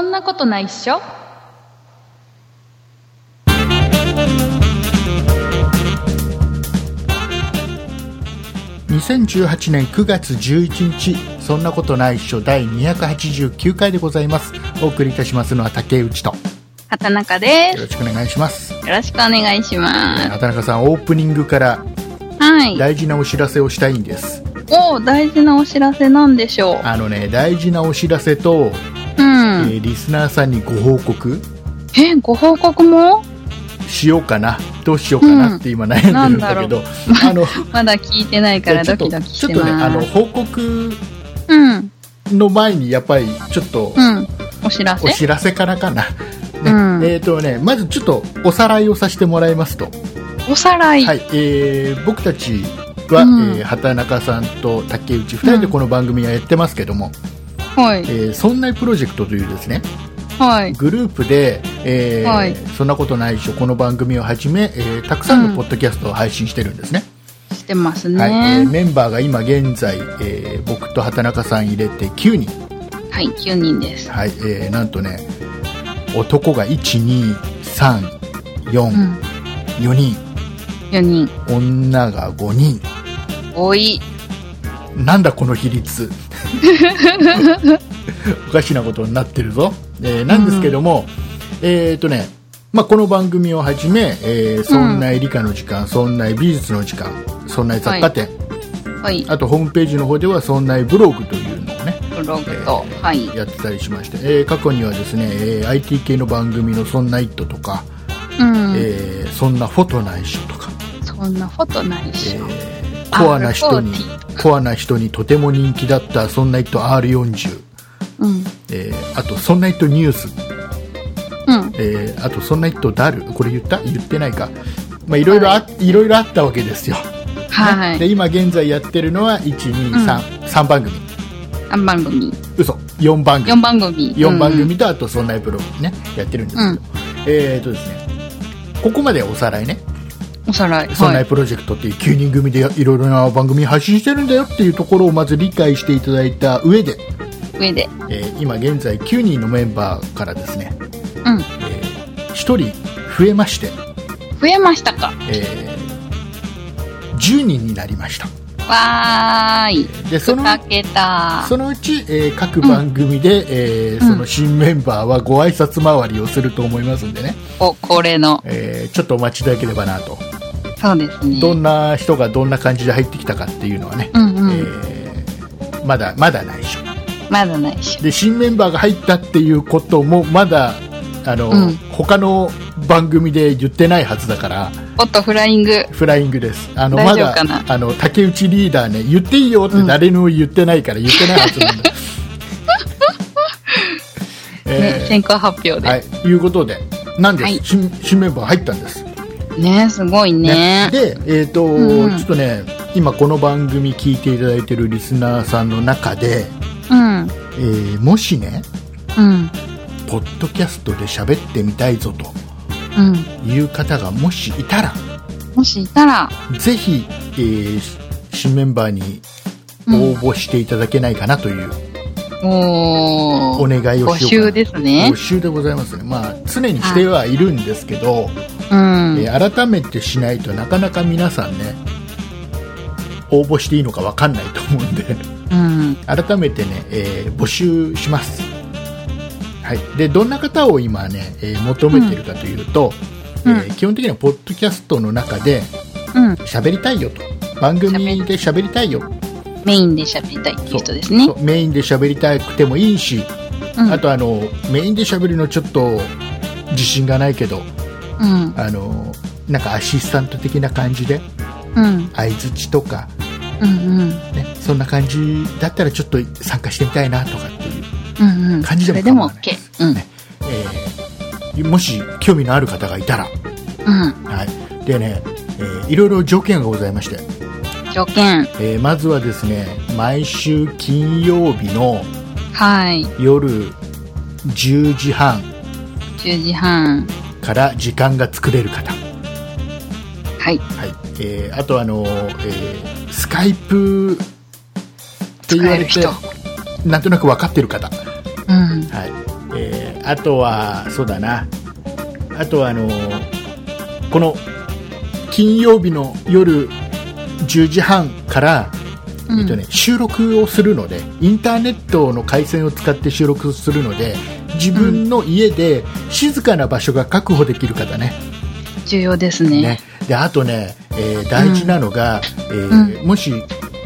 んなことないっしょ2018年9月11日「そんなことないっしょ」第289回でございますお送りいたしますのは竹内とよ畑中でろしくお願いしますすよろしくお願いしま畑中さんオープニングからすはい大事なお知らせをしたいんですおー大事なお知らせなんでしょうあのね大事なお知らせうと、えんーリスナーさんにご報告えご報告もしようかなどうしようかなって今悩んでるんだけど、あのまだ聞いて ないからちょドっとキドキちしょってとねあのます報告うんの前にやっぱりちょっとうんお知らせお知らせからかな、ねうんえっ、とねまずちょっとおさらいをさせてもらいますと、はおさらい、いえー僕たちは、うんえー畑中さんと竹内2人でこの番組はやってますけどもはい「えーそんないプロジェクト」というですねはい。グループで、えーはいそんなことないでしょこの番組をはじめ、えーたくさんのポッドキャストを配信してるんですね、してますはいえーね。メンバーが今現在、えー僕と畑中さん入れて9人、はい、9人です。はいえーなんとね男が1234、うん。 4人4人。女が5人多い。なんだこの比率 おかしなことになってるぞ、えーなんですけども、えっ、とね、まあ、この番組をはじめ「えー、そんな理科の時間」そんな美術の時間」そんな雑貨店、はい。あとホームページの方では「そんなブログ」というのをねブログと。はい。やってたりしまして、えー過去にはですね、えー IT 系の番組の「そんなイット!」とか、うん。えーそんなフォトないし」とか、そんなことないっしょ。えーコアな人に R40 コアな人にとても人気だった「そんな人 R40」うん。えーあと「そんな人ニュースうん」。えーあと「そんな人ダル」これ言った言ってないか、まあ、いろいろあいろいろあったわけですよ、はねでい。今現在やってるのは123、三番組3番組。嘘4番組4番組。 4番組とあと「そんなブログ」ねやってるんですけど、うんえっ、とですねここまでおさらいねうん。おさらい。 「そんは。ないプロジェクト」っていう9人組でいろいろな番組配信してるんだよっていうところをまず理解していただいた上で、上で。えー今現在9人のメンバーからですね、うん。え1人増えまして、増えましたか。えー10人になりましたわーい。でそのふざけた。そのうち、えー各番組で、えーその新メンバーはご挨拶回りをすると思いますんでね、お、これの。えーちょっとお待ちいただければなと、そうですね。どんな人がどんな感じで入ってきたかっていうのはね、うんうえん。ーまだまだ内緒まだないっしょ。で新メンバーが入ったっていうこともまだあの、うん他の番組で言ってないはずだからおっと、フライング。フライングですあのま大丈だ夫かなあの竹内リーダーね言っていいよって誰にも言ってないから言ってないは ずなんだ、ね、え先行発表ーはで。いいうことでなんです、はい新新メンバー入ったんです、ね、すごいね。でえっ、と、うんちょっとね今この番組聞いていただいてるリスナーさんの中で、うん。えーもしねうん。ポッドキャストで喋ってみたいぞとうん。いう方がもしいたらもしいたら、ぜひ、えーし新メンバーにうん応募していただけないかなというおおー願いを募しようかな、集ですね募。集でございますね、まあ、常にしてはいるんですけど、うん。えー改めてしないとなかなか皆さんね応募していいのか分かんないと思うんでうん。改めてね、えー募集します、はい、でどんな方を今ね、えー求めてるかというと、うんえー基本的にはポッドキャストの中でうん。喋りたいよと番組で喋りたいよメインで喋りたいっていう人ですねそ。うメインで喋りたくてもいいし、うんあとあのメインで喋るのちょっと自信がないけどうん。あのなんかアシスタント的な感じでうん。相づちとか、うん。うん。ね、そんな感じだったらちょっと参加してみたいなとかっていう、うん。うん。感じそでれでもも構わない OK。うん。えーもし興味のある方がいたら、うん。はい、でね、えーいろいろ条件がございまして、条件。えーまずはですね毎週金曜日のはい。夜10時半10時半。から時間が作れる方、ははい。いえーあとあの、えースカイプって言われて使えるなんとなく分かってる方、は人。うん。いえあとはそうだなあとはあのこの金曜日の夜10時半から、うんえっとね、収録をするのでインターネットの回線を使って収録するので自分の家で静かな場所が確保できる方ね重要ですね。ね、であとね、えー大事なのが、えーもし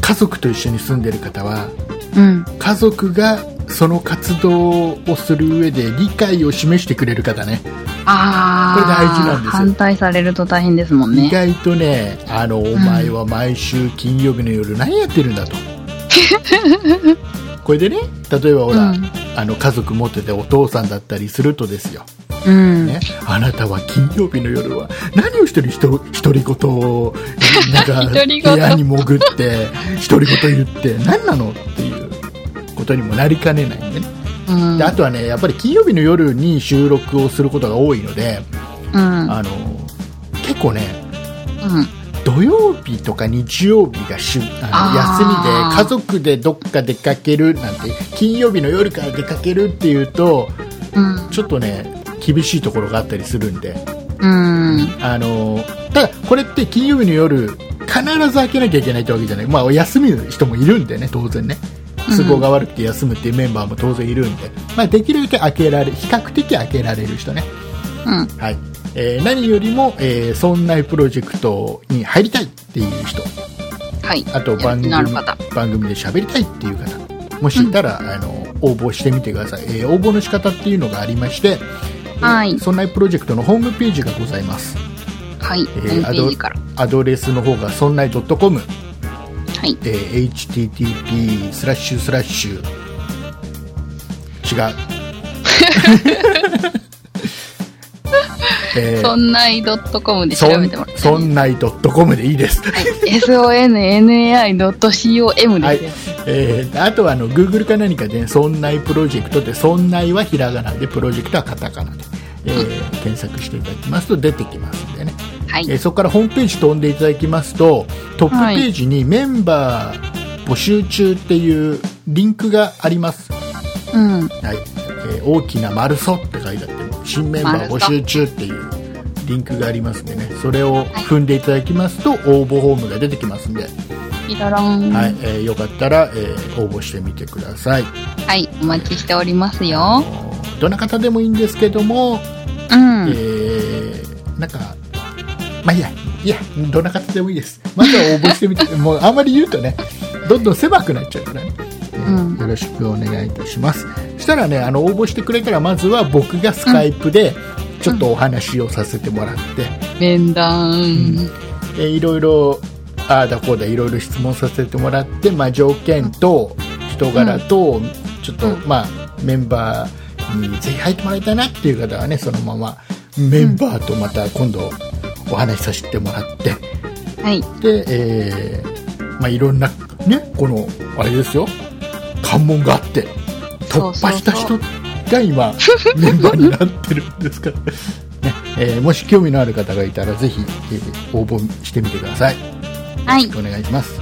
家族と一緒に住んでる方はうん。家族がその活動をする上で理解を示してくれる方ねああ。これ大事なんですよ反対されると大変ですもん意ね。外とねあの、お前は毎週金曜日の夜何やってるんだと これでね例えばほら、うんあの家族持っててお父さんだったりするとですよ、うん。ね、あなたは金曜日の夜は何をしてる人独り言を なんか独り言部屋に潜って独り言言って何なのっていうことにもなりかねないんでねうん。であとはねやっぱり金曜日の夜に収録をすることが多いのでうん。あの結構ねうん。土曜日とか日曜日がしゅあのあー休みで家族でどっか出かけるなんて金曜日の夜から出かけるっていうとうん。ちょっとね厳しいところがあったりするんでうん。あのただ、これって金曜日の夜必ず開けなきゃいけないってわけじゃない、まあ、休みの人もいるんでね当然ねうん都合が悪くて休むっていうメンバーも当然いるんで、まあ、できるだけ開けられ比較的開けられる人ね、うん。はいえー何よりも、えー、そんなプロジェクトに入りたいっていう人はい。あと番組なる方。番組で喋りたいっていう方もしいたら、あの応募してみてください、えー応募の仕方っていうのがありまして、はいえーそんなプロジェクトのホームページがございますはい。ホえーームページから。アドレスの方がそんない .com、はい。えー http スラッシュスラッシュ 違うえーそんない .com で調そべんてもらって。そんない .com でいいです、 sonnai.com はいですよ。えーあとはあの Google か何かで、ね「そんないプロジェクト」って「そんない」はひらがなでプロジェクトはカタカナで、えー検索していただきますと出てきますんでねはい。えーそこからホームページ飛んでいただきますとトップページにメンバー募集中っていうリンクがあります、はうん。いえー大きな「丸ソって書いてあって新メンバー募集中っていうリンクがありますんでねそれを踏んでいただきますと応募フォームが出てきますんで、ピロロン。ははいい。えーよかったら、えー応募してみてくださいお待ちしておりますあよ。のーどんな方でもいいんですけども、うえん。ーなんかまあいいやいやどんな方でもいいですまずは応募してみてもうあんまり言うとねどんどん狭くなっちゃうからね、えーうんよろしくお願いいたしますそしたらねあの応募してくれたらまずは僕がスカイプでちょっとお話をさせてもらって、面談。えーいろいろああだこうだいろいろ質問させてもらって、まあ、条件と人柄と、ちょっと、うんまあ、メンバーにぜひ入ってもらいたいなっていう方はねそのままメンバーとまた今度お話しさせてもらってはい。で、えーまあ、いろんなねこのあれですよ関門があってそ突うそうそう破した人が今 メンバーになってるんですから、ねえーもし興味のある方がいたらぜひ、えー応募してみてください。はい。お願いします。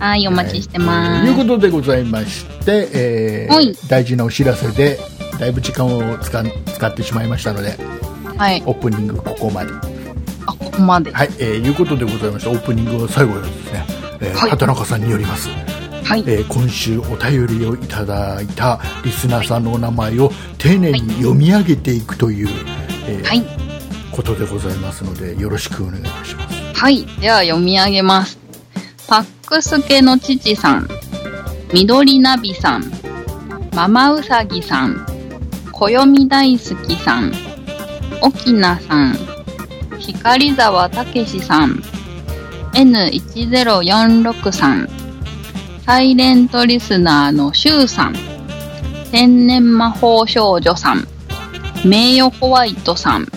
はい、お待ちしてまはいというす。ことでございまして、えーはい大事なお知らせで、だいぶ時間を使使ってしまいましたので、はい。オープニングここまで。あ、ここまで。はい、えーいうことでございまして、オープニングは最後ですね、えーはい畑中さんによります、はい。えー今週お便りをいただいたリスナーさんのお名前を丁寧に読み上げていくという、えーはい。ことでございますので、よろしくお願いします。はい。では読み上げます。パックスケの父さん、緑ナビさん、ママウサギさん、暦大好きさん、沖縄さん、光沢武史さん、N1046 さん、サイレントリスナーのシュウさん、天然魔法少女さん、名誉ホワイトさん、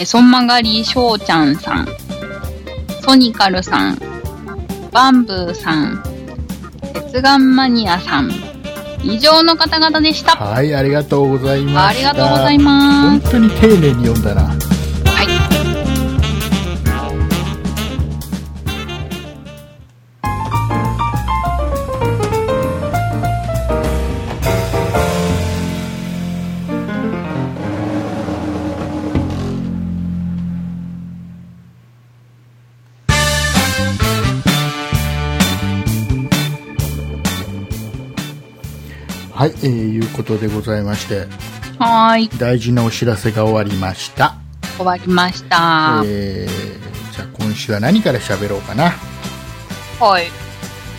えそんまがりしょうちゃんさん、ソニカルさん、バンブーさん、鉄眼マニアさん、以上の方々でした。はい、ありがとうございまあしりた。がとうござい本ます。当に丁寧に読んだな。はい。はい、えー、いうことでございましてはーい。大事なお知らせが終わりました、終わりました。えー、じゃあ今週は何から喋ろうかなはい。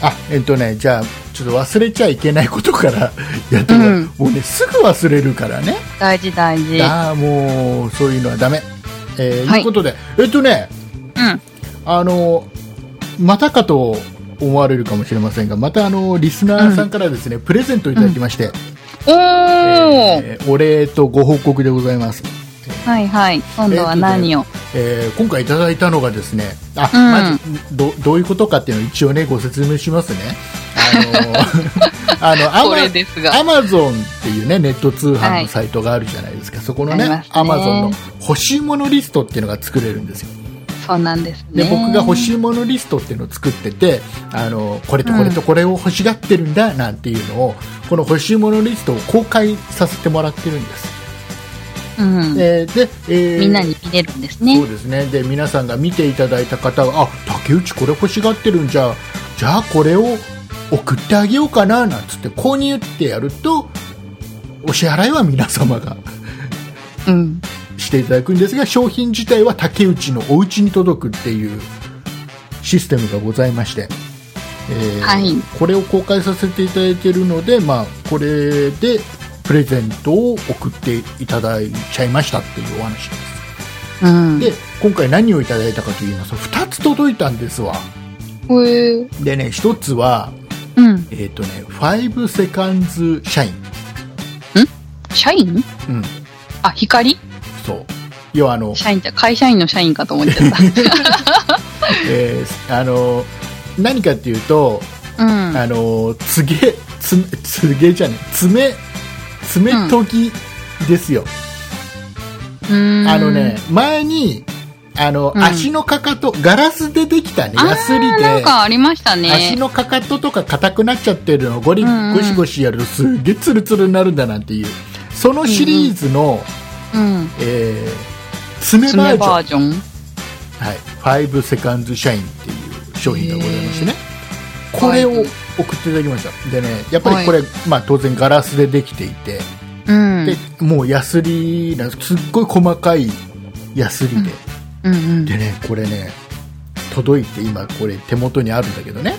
あえっとねじゃあちょっと忘れちゃいけないことからやっても,、ううんもうねすぐ忘れるからね大事大事。ああもうそういうのはダメえーはいいうことでえっとねうん。あのまたかと思われるかもしれませんがまたあのリスナーさんからですね、プレゼントいただきまして、おー、えーお礼とご報告でございますはいはい。今度は何を、えー今回いただいたのがですねあ、うんまずどどういうことかっていうのを一応ねご説明しますね あのあのアこマれですがアマゾンっていうねネット通販のサイトがあるじゃないですか、そこのありねますねアマゾンの欲しいものリストっていうのが作れるんですよそうなんですでね。僕が欲しいものリストっていうのを作っててあのこれとこれとこれを欲しがってるんだなんていうのを、この欲しいものリストを公開させてもらってるんです、うん。えーで、えーみんなに見れるんですそねう。ですねで皆さんが見ていただいた方があ竹内これ欲しがってるんじゃじゃあこれを送ってあげようかななんつって購入ってやるとお支払いは皆様がうん。していただくんですが商品自体は竹内のお家に届くっていうシステムがございまして、えーはいこれを公開させていただいているので、まあ、これでプレゼントを送っていただいちゃいましたっていうお話です。うん。で今回何をいただいたかと言いますと2つ届いたんですわこういう、でね1つはうん。えっ、とね5セカンズ社員社員うんあ、光そう要はあ の、社員って会社員の社員かと思っちゃっ えーあの何かっていうと、た。うん。あのつげつつげじゃね爪爪研ぎですよ、うんあのね。前にあの、うん足のかかとガラスでできたねあヤスリー、でなんかありましたね。足のかかととか硬くなっちゃってるのをゴリ、うんうんゴシゴシやるとすっげえツルツルになるんだなんていうそのシリーズの、うん。えー爪爪バージョンバージョン。はい、5セカンズシャインっていう商品がございましてねこれを送っていただきましたでねやっぱりこれ、まあ、当然ガラスでできていて、うん。でもうヤスリなんですすっごい細かいヤスリで、うんうん。でねこれね届いて今これ手元にあるんだけどね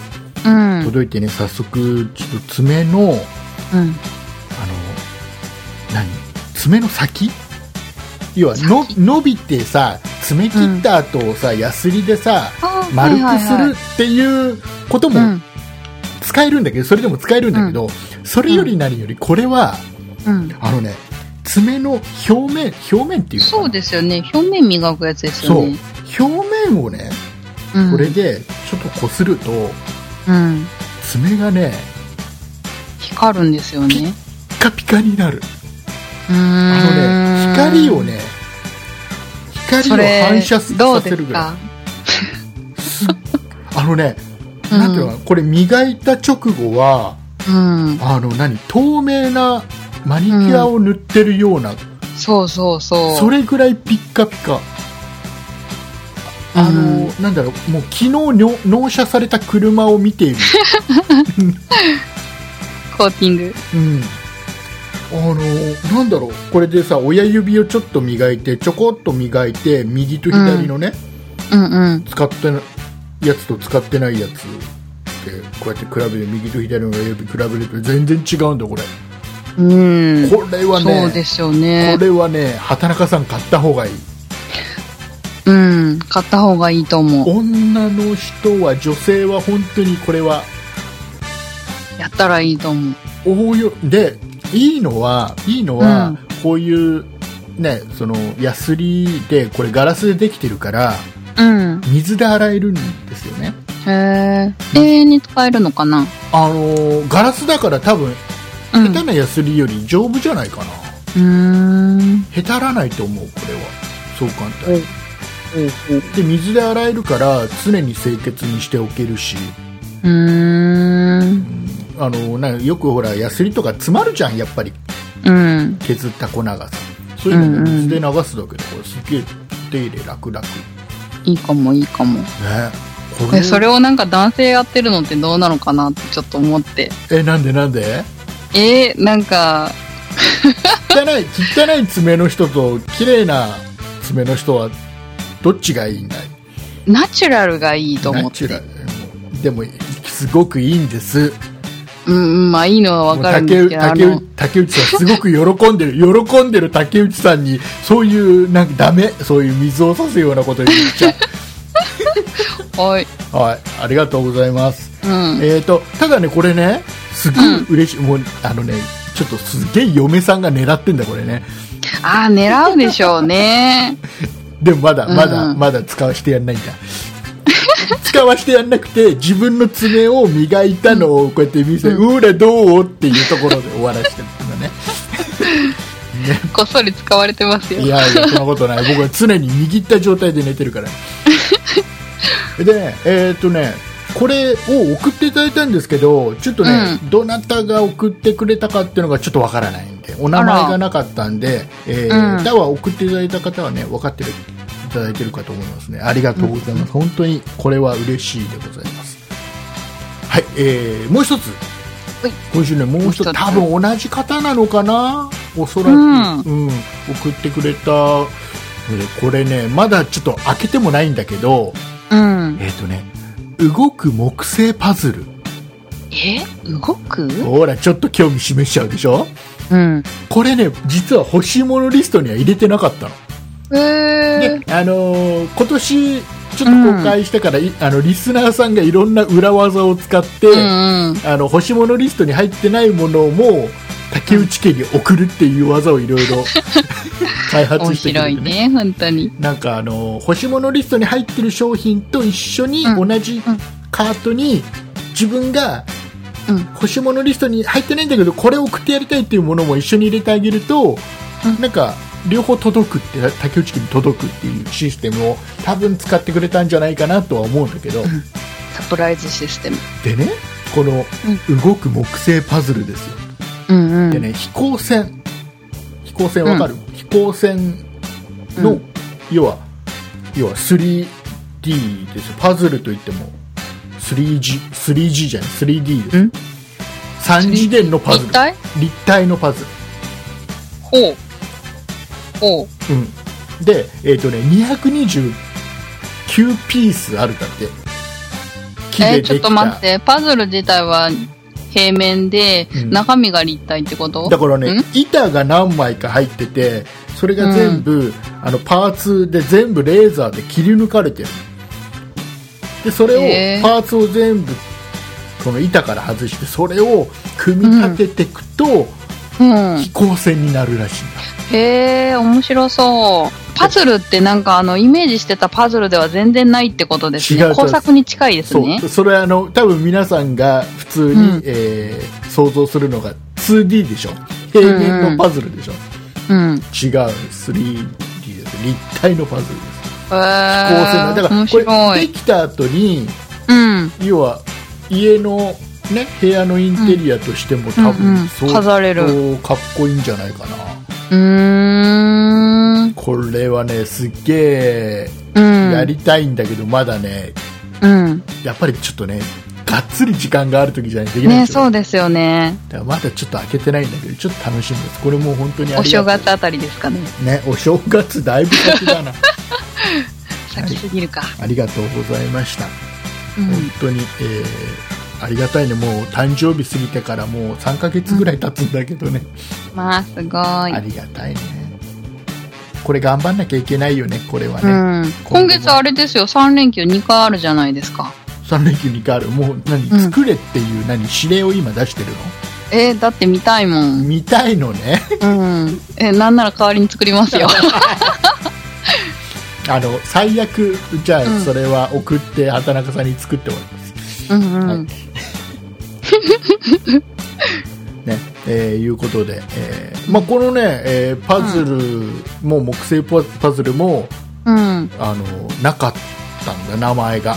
うん。うん。届いてね早速ちょっと爪のあの何爪の先要はの先伸びてさ爪切った後をさ、ヤスリでさあー丸はくいすはいはいるっていうことうもん。使えるんだけど、それでも使えるんだけど、それより何よりこれはうん。あのね爪の表面表面っていうのかなそうですよね。表面磨くやつですよね。そう表面をねうんこれでちょっとこすると、うん。爪がね光るんですよね。ピカピカになるうーん。あのね光をね光をそれ反射すどさうでせするぐらいかすあのね、うんなんていうのかなこれ磨いた直後はうん。あの何透明なマニキュアを塗ってるような、そうそうそう。それぐらいピッカピカあの、なんだろうもう昨日にょ納車された車を見ている、コーティング。うん、あのなんだろうこれでさ親指をちょっと磨いてちょこっと磨いて右と左のね、うんうん。使ってなやつと使ってないやつってこうやって比べて右と左の親指比べると全然違うんだこれうん。これはそうでね、すよねこ。れはね、畑中さん買った方がいい。うん。買った方がいいと思う。女の人は、女性は本当にこれは、やったらいいと思う。応用、で、いいのは、いいのは、うんこういう、ね、その、ヤスリで、これガラスでできてるから、うん。水で洗えるんですよね。へえ。永遠に使えるのかなあのーガラスだから多分、うん。下手なヤスリより丈夫じゃないかな。うーん。へたらないと思う、これは。そう簡単おに。で、水で洗えるから、常に清潔にしておけるし、うーん。あのなんかよくほらヤスリとか詰まるじゃんやっぱりうん。削った粉がさそういうのうんもうん水で流すだけでこれすっげえ手入れ楽々ねいいかも、いいかも。こえ、それをなんか男性やってるのってどうなのかなってちょっと思って。えなんでなんでえー、なんか、汚い汚い爪の人と綺麗な爪の人はどっちがいいんだいナチュラルがいいと思っナチュラて。ルでもすごくいいんですうん、うん、まあいいのはわもうかるんです竹内けど、あ竹の内、竹内さんすごく喜んでる 喜んでる竹内さんにそういうなんかダメそういう水を差すようなこと言っちゃはい。 うはいありがとうございますうん。えー、とただね、これね、すごい嬉しい、もうあのね、ちょっとすげえ嫁さんが狙ってんだ、これね、ああ、狙うでしょうね。 でもまだ、うんまだ、まだ使わしてやんないんだ、 使わしてやんなくて、自分の爪を磨いたのをこうやって見せて、うーら、どうっていうところで終わらしてるのね、こっそり使われてますよい。やいや、そんなこと ない、僕は常に握った状態で寝てるから、でね、えー、とね、これを送っていただいたんですけど、ちょっとね、どなたが送ってくれたかっていうのがちょっとわからないんで、お名前がなかったんで、えーうんだは送っていただいた方はね、分かってるいただいてるかと思いますね。ありがとうございます。本当にこれは嬉しいでございます。はい、えー、もう一つはい。今週ね、もう一もう一つ、つ多分同じ方なのかなおそらく、ううんん、送ってくれた、えーこれね、まだちょっと開けてもないんだけど、うん。えっ、とね、動く木製パズル。え動くほら、ちょっと興味示しちゃうでしょうん。これね、実は欲しいものリストには入れてなかったの。えーで、あのー今年、ちょっと公開してから、いあの、リスナーさんがいろんな裏技を使って、うんうん。あの、欲しいものリストに入ってないものも、竹内家に送るっていう技をいろい ろ開面発してく白れいてね。ね、本当に。なんかあの欲しいものリストに入ってる商品と一緒にう同んじカートに自分がうん欲しいものリストに入ってないんだけどこれを送ってやりたいっていうものも一緒に入れてあげるとうんなんか両方届くって竹内家に届くっていうシステムを多分使ってくれたんじゃないかなとは思うんだけどサプライズシステム。でねこの動く木製パズルですようんうでん。ね飛行船飛行船わかる、飛行船の、うん要は要は 3D ですよパズルといっても 3G, 3G じゃない 3D ですん3次元のパズル立体立体のパズほう。ほル、うん、でえっ、とね229ピースあるんだって木う。えでー、ちょでっきと待ったて。パズル自体は平面で、うん中身が立体ってことだからねん板が何枚か入っててそれが全部、あのパーツで全部レーザーで切り抜かれてるでそれを、へーパーツを全部この板から外してそれを組み立てていくと、うん。飛行船になるらしいんだへえ、面白そう。パズルってなんかあの、イメージしてたパズルでは全然ないってことです違う違ね。う工作に近いですそうね。それはあの多分皆さんが普う通に、んえー想像するのが 2D でしょ平面のパズルでしょ、うん。へ違う 3D です立体のパズルですえ。飛行船のだから面こ白れでい。きた後にうん。要は家の、ね、部屋のインテリアとしても多うんう分ん相当飾れるかっこいいんじゃないかな、うーん。これはねすっげえうん。やりたいんだけど、まだねうん。やっぱりちょっとねがっつり時間がある時じゃないとできないねんですよそうですよね。だからまだちょっと開けてないんだけどちょっと楽しみですこれもう本当にあおりが正とう月あたりですかね。ねお正月だいぶ先だな 先すぎるか。ありがとうございましたうん。本当に、えーありがたいねもう誕生日過ぎてからもう3ヶ月ぐらい経つんだけどね、まあ、すごあい。りがたいねこれ頑張んなきゃいけないよねこれはうね、ん。今月あれですよ、3連休2回あるじゃないですか。三3連休に変わるもう何、うん作れっていう何指令を今出してるえーだって見たいものん。見たいのねうん。えーなんなら代わりに作りますよ。 あの最悪じゃあうんそれは送って畑中さんに作ってもらいます、うんうはいん。ねえーいうことで、えーまあ、このね、えーパズルも、木製パパズルもうん。あのなかったんだ名前が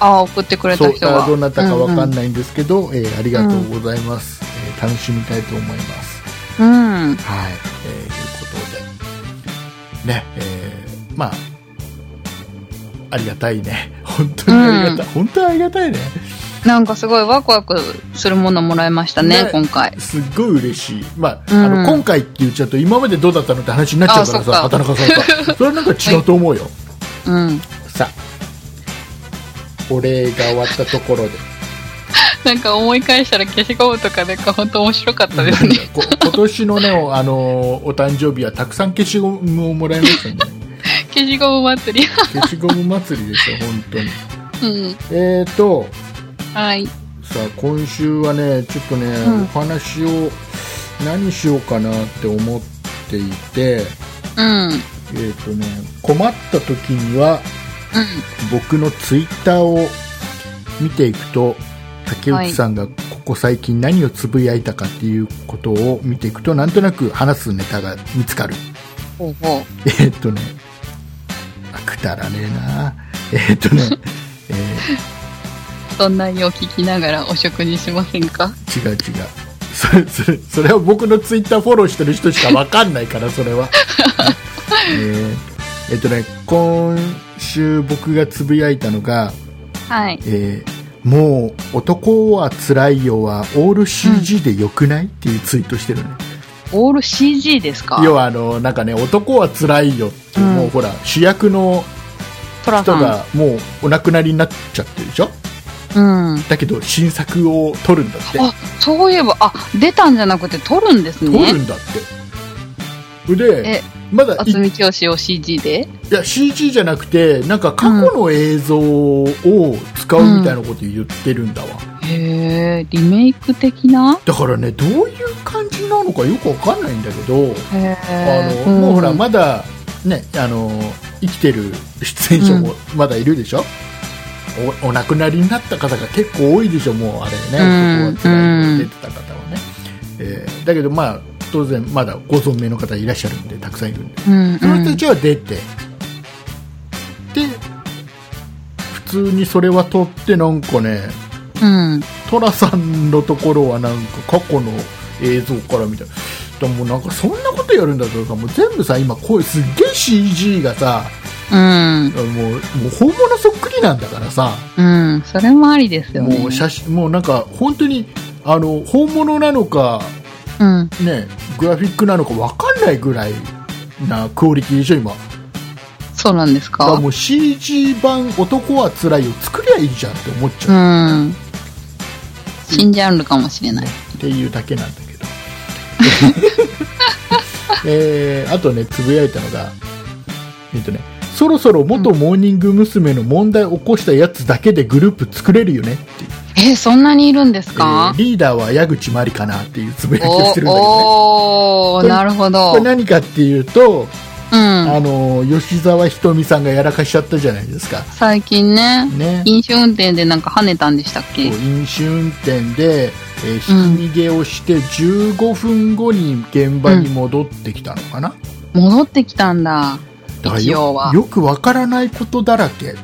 ああ、送ってくれそたう人は。どなたかわかんい。ないんですけど、えーありがとうございます、えー楽しみたいと思いますうん。うんはい、えーいうことでねえーまあ ありがたいね本当にありがたい、本当にありがたいねなんかすごいワクワクするものもらいましたね、ね今回。すっごい嬉しい、まあうんあの今回って言っちゃうと今までどうだったのって話になっちゃうからさあそっ畑か中さんがそれはなんか違うと思うよ、うん。さあお礼が終わったところでなんか思い返したら消しゴムとかなんか本当面白かったですね。こ今年のねおあのーお誕生日はたくさん消しゴムをもらいましたね 消しゴム祭り。消しゴム祭りですよ本当にうん。えーとはい。さあ今週はねちょっとね、んお話を何しようかなって思っていてうん。うん。えーとね困った時には僕のツイッターを見ていくと竹内さんがここ最近何をつぶやいたかっていうことを見ていくとなんとなく話すネタが見つかるほうほう。えーっとねあくだらねえなえーっとね、えそんな内容を聞きながらお食事しませんかー違う違うそれそれそれは僕のツイッターフォローしてる人しかわかんないからそれはえーえーっとね今週僕がつぶやいたのがはい。えーもう男は辛いよはオール CG でよくない、っていうツイートしてるねオール CG ですか要はあのなんかね男は辛いよって、うんもうほら主役のトラ人さがもうお亡くなりになっちゃってるでしょん。うん。だけど新作を撮るんだってあ、そういえば、あ、出たんじゃなくて撮るんです撮るね。んだってでえ、まだい渥美清を CG でいや CG じゃなくてなんか過去の映像を使うみたいなこと言ってるんだわ、へえ、リメイク的なだからねどういう感じなのかよくわかんないんだけどへえあ。のもうほらまだ、ね、あの生きてる出演者もまだいるでしょ、おお亡くなりになった方が結構多いでしょ、もうあれね、うん男は辛いと出てた方はね、えーだけど、まあ、当然、まだご存命の方いらっしゃるんで、たくさんいるんで、うん、その人うたん。ちは出て、で、普通にそれは撮って、なんかね、うん。寅さんのところはなんか過去の映像からみたいな。でももうなんかそんなことやるんだったらさもう全部さ今こういうすっげえ CG がさうん。もうもう本物そっくりなんだからさうん。それもありですよね。もう写真もうなんか本当にあの本物なのかうん。ねグラフィックなのかわかんないぐらいなクオリティでしょ今だそうなんですからかもう CG 版男は辛いを作りゃいいじゃんって思っちうゃう、ん。新ジャンルかもしれない。っていうだけなんだけど えーあとねつぶやいたのがえっとねそろそろ元モーニング娘。の問題起こしたやつだけでグループ作れるよねっていう、え、そんなにいるんですえーか、リーダーは矢口まりかなっていうつぶやきをしてるんおだけどねこおれなるほど。こうれん。何かっていうと、あのー吉沢ひとみさんがやらかしちゃったじゃないですか最近ね、ね飲酒運転でなんか跳ねたんでしたっけ飲酒運転で、えーひき逃げをして15分後に現場に戻ってきたのかな、戻ってきたんだ。だから一応よは。よくわからないことだらけ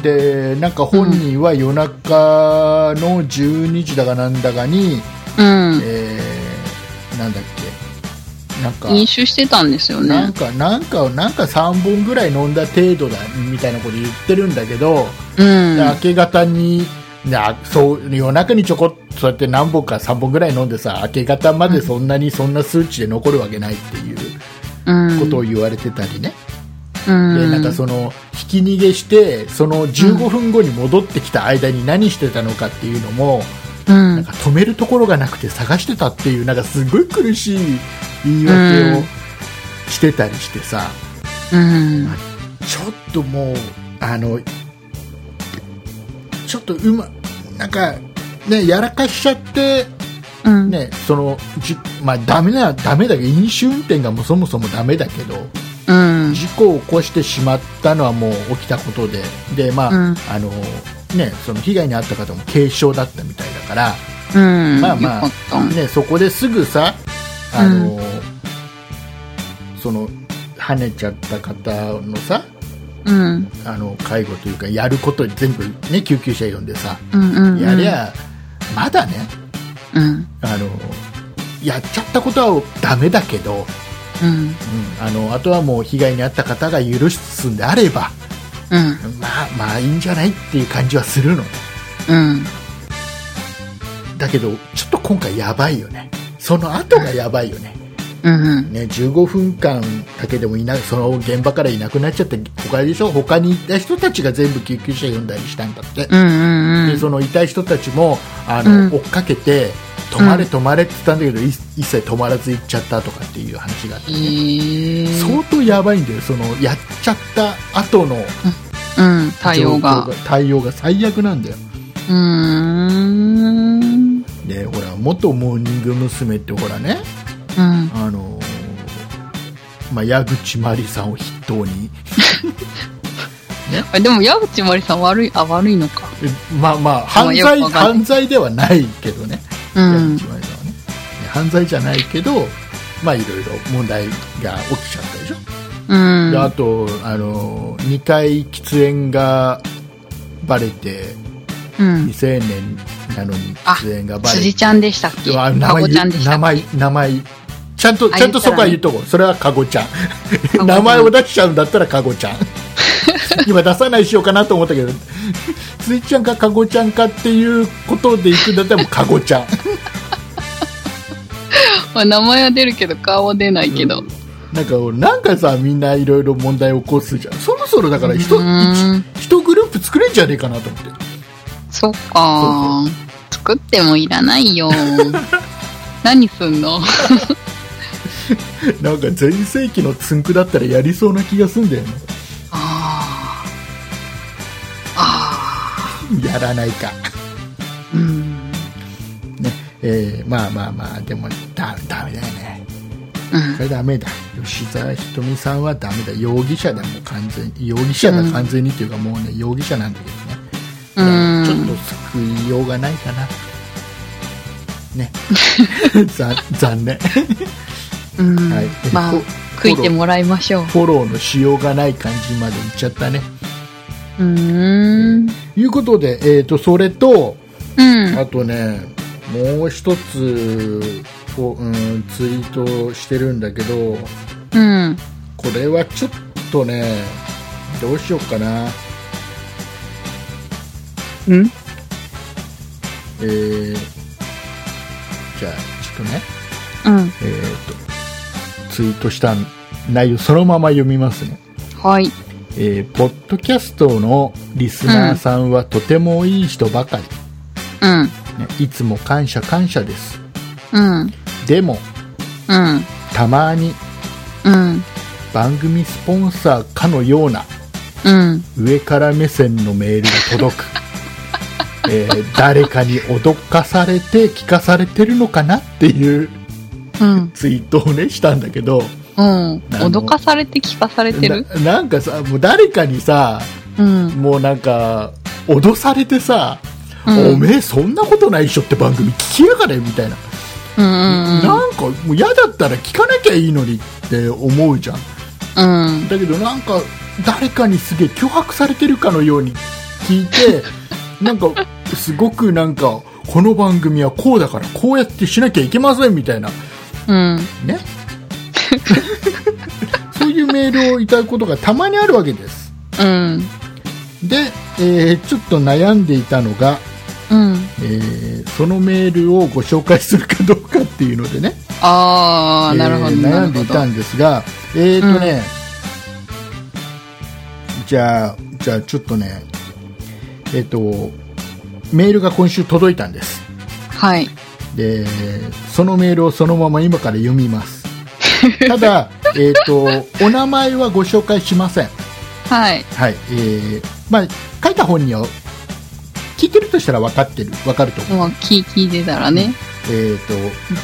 でなんか本人は夜中の12時だかなんだかに、うん。えーなんだっけなんか飲酒してたんですよなねん。かなんかなんか3本ぐらい飲んだ程度だみたいなこと言ってるんだけど、うん。で明け方になそう夜中にちょこっとそうやって何本か3本ぐらい飲んでさ明け方までそんなにそんな数値で残るわけないっていううん。ことを言われてたりね、うん。でなんかそのひき逃げしてその15分後に戻ってきた間に何してたのかっていうのも、うなんん。か止めるところがなくて探してたっていうなんかすごい苦しい言い訳うをんしてたりしてさ、うん。ちょっともうあのちょっとうまなんかねやらかしちゃって。うん。ね、そのじまあ、ダメなダメだけど飲酒運転がもうそもそもダメだけど、うん。事故を起こしてしまったのはもう起きたことで、でまあうんあのね、その被害に遭った方も軽傷だったみたいだから、うん。まあまよかったあ、ね、そこですぐさあの、その跳ねちゃった方のさうん。あの介護というかやることに全部、ね、救急車呼んでさうんうんうん。やりゃ、まだねうん。あのやっちゃったことはダメだけど、うん。うん、あのあとはもう被害に遭った方が許すんであればうんまあまあいいんじゃないっていう感じはするのうんだけどちょっと今回やばいよねその後がやばいよねうんね15分間だけでもいなその現場からいなくなっちゃって他でしょ他にいた人たちが全部救急車呼んだりしたんだって、うんうんでそのいた人たちもあの、うん追っかけて止まれうん止まれって言ったんだけど、い一切止まらず行っちゃったとかっていう話があって、ええ相当やばいんだよそのやっちゃった後のうん対応が状況対応が最悪なんだようーんでほら元モーニング娘。ってほらねうんあのまあ、矢口真理さんを筆頭にあでも矢口真理さん悪いあ悪いのかえまあまあまあ犯よ罪くわかんない犯罪ではないけどね、う矢ん口真理さんはねね犯罪じゃないけどまあいろいろ問題が起きちゃったでしょ、うんであとあの2回喫煙がバレてうん未成年なのにあ喫煙がバレて辻ちゃんでしたっけうわかごちゃんで言うした名っけ前名前ちゃんとあちゃんとそこは言っとこうそれはかごちゃん名前を出しちゃうんだったらかごちゃん今出さないしようかなと思ったけどついちゃんかかごちゃんかっていうことでいくんだったらもうかごちゃんまあ名前は出るけど顔は出ないけど、なんかなんかさみんないろいろ問題起こすじゃんそろそろだから一うーん一一グループ作れんじゃねえかなと思ってそっか作ってもいらない よ何すんのなんか全盛期のつんくだったらやりそうな気がすんだよねあーあやらないかーうんねえーまあまあまあでもだダメだよねうんこれダメだ吉沢ひとみさんはダメだ容疑者だもう完全に容疑者だうん完全にっていうかもうね容疑者なんだけどねうーんちょっと救いようがないかなね ざ残念うんはいまあフォ悔いてもらいましょうフォローのしようがない感じまでいっちゃったねうーんいうことで、えー、とそれとうんあとねもう一つこう、うん、ツイートしてるんだけどうんこれはちょっとねどうしようかなうんえーじゃあちょっとね、うんえー、とツイートした内容そのまま読みますね、はいえーポッドキャストのリスナーさんはとてもいい人ばかり、うんねいつも感謝感謝ですうんでもうんたまにうん番組スポンサーかのようなうん上から目線のメールが届く えー誰かに脅かされて聞かされてるのかなっていううんツイートをねしたんだけどうんあの脅かされて聞かされてるななんかさもう誰かにさうんもうなんか脅されてさ、うんおめえそんなことないっしょって番組聞きやがれみたいな、うんうんなんかもう嫌だったら聞かなきゃいいのにって思うじゃんうんだけどなんか誰かにすげえ脅迫されてるかのように聞いてなんかすごくなんかこの番組はこうだからこうやってしなきゃいけませんみたいなうんねそういうメールをいただくことがたまにあるわけですうんで、えーちょっと悩んでいたのが、うんえーそのメールをご紹介するかどうかっていうのでね、ああなるほどえーな悩るんでほいどたんですが、えっ、とね、じゃあ、じゃあちょっとね、えっ、と、メールが今週届いたんです。はいで、そのメールをそのまま今から読みます。 ただ、えっ、と、お名前はご紹介しません。はいはい、えーまあ、書いた本には聞いてるとしたら分かってる分かると思う、もう聞聞いてたらねえー、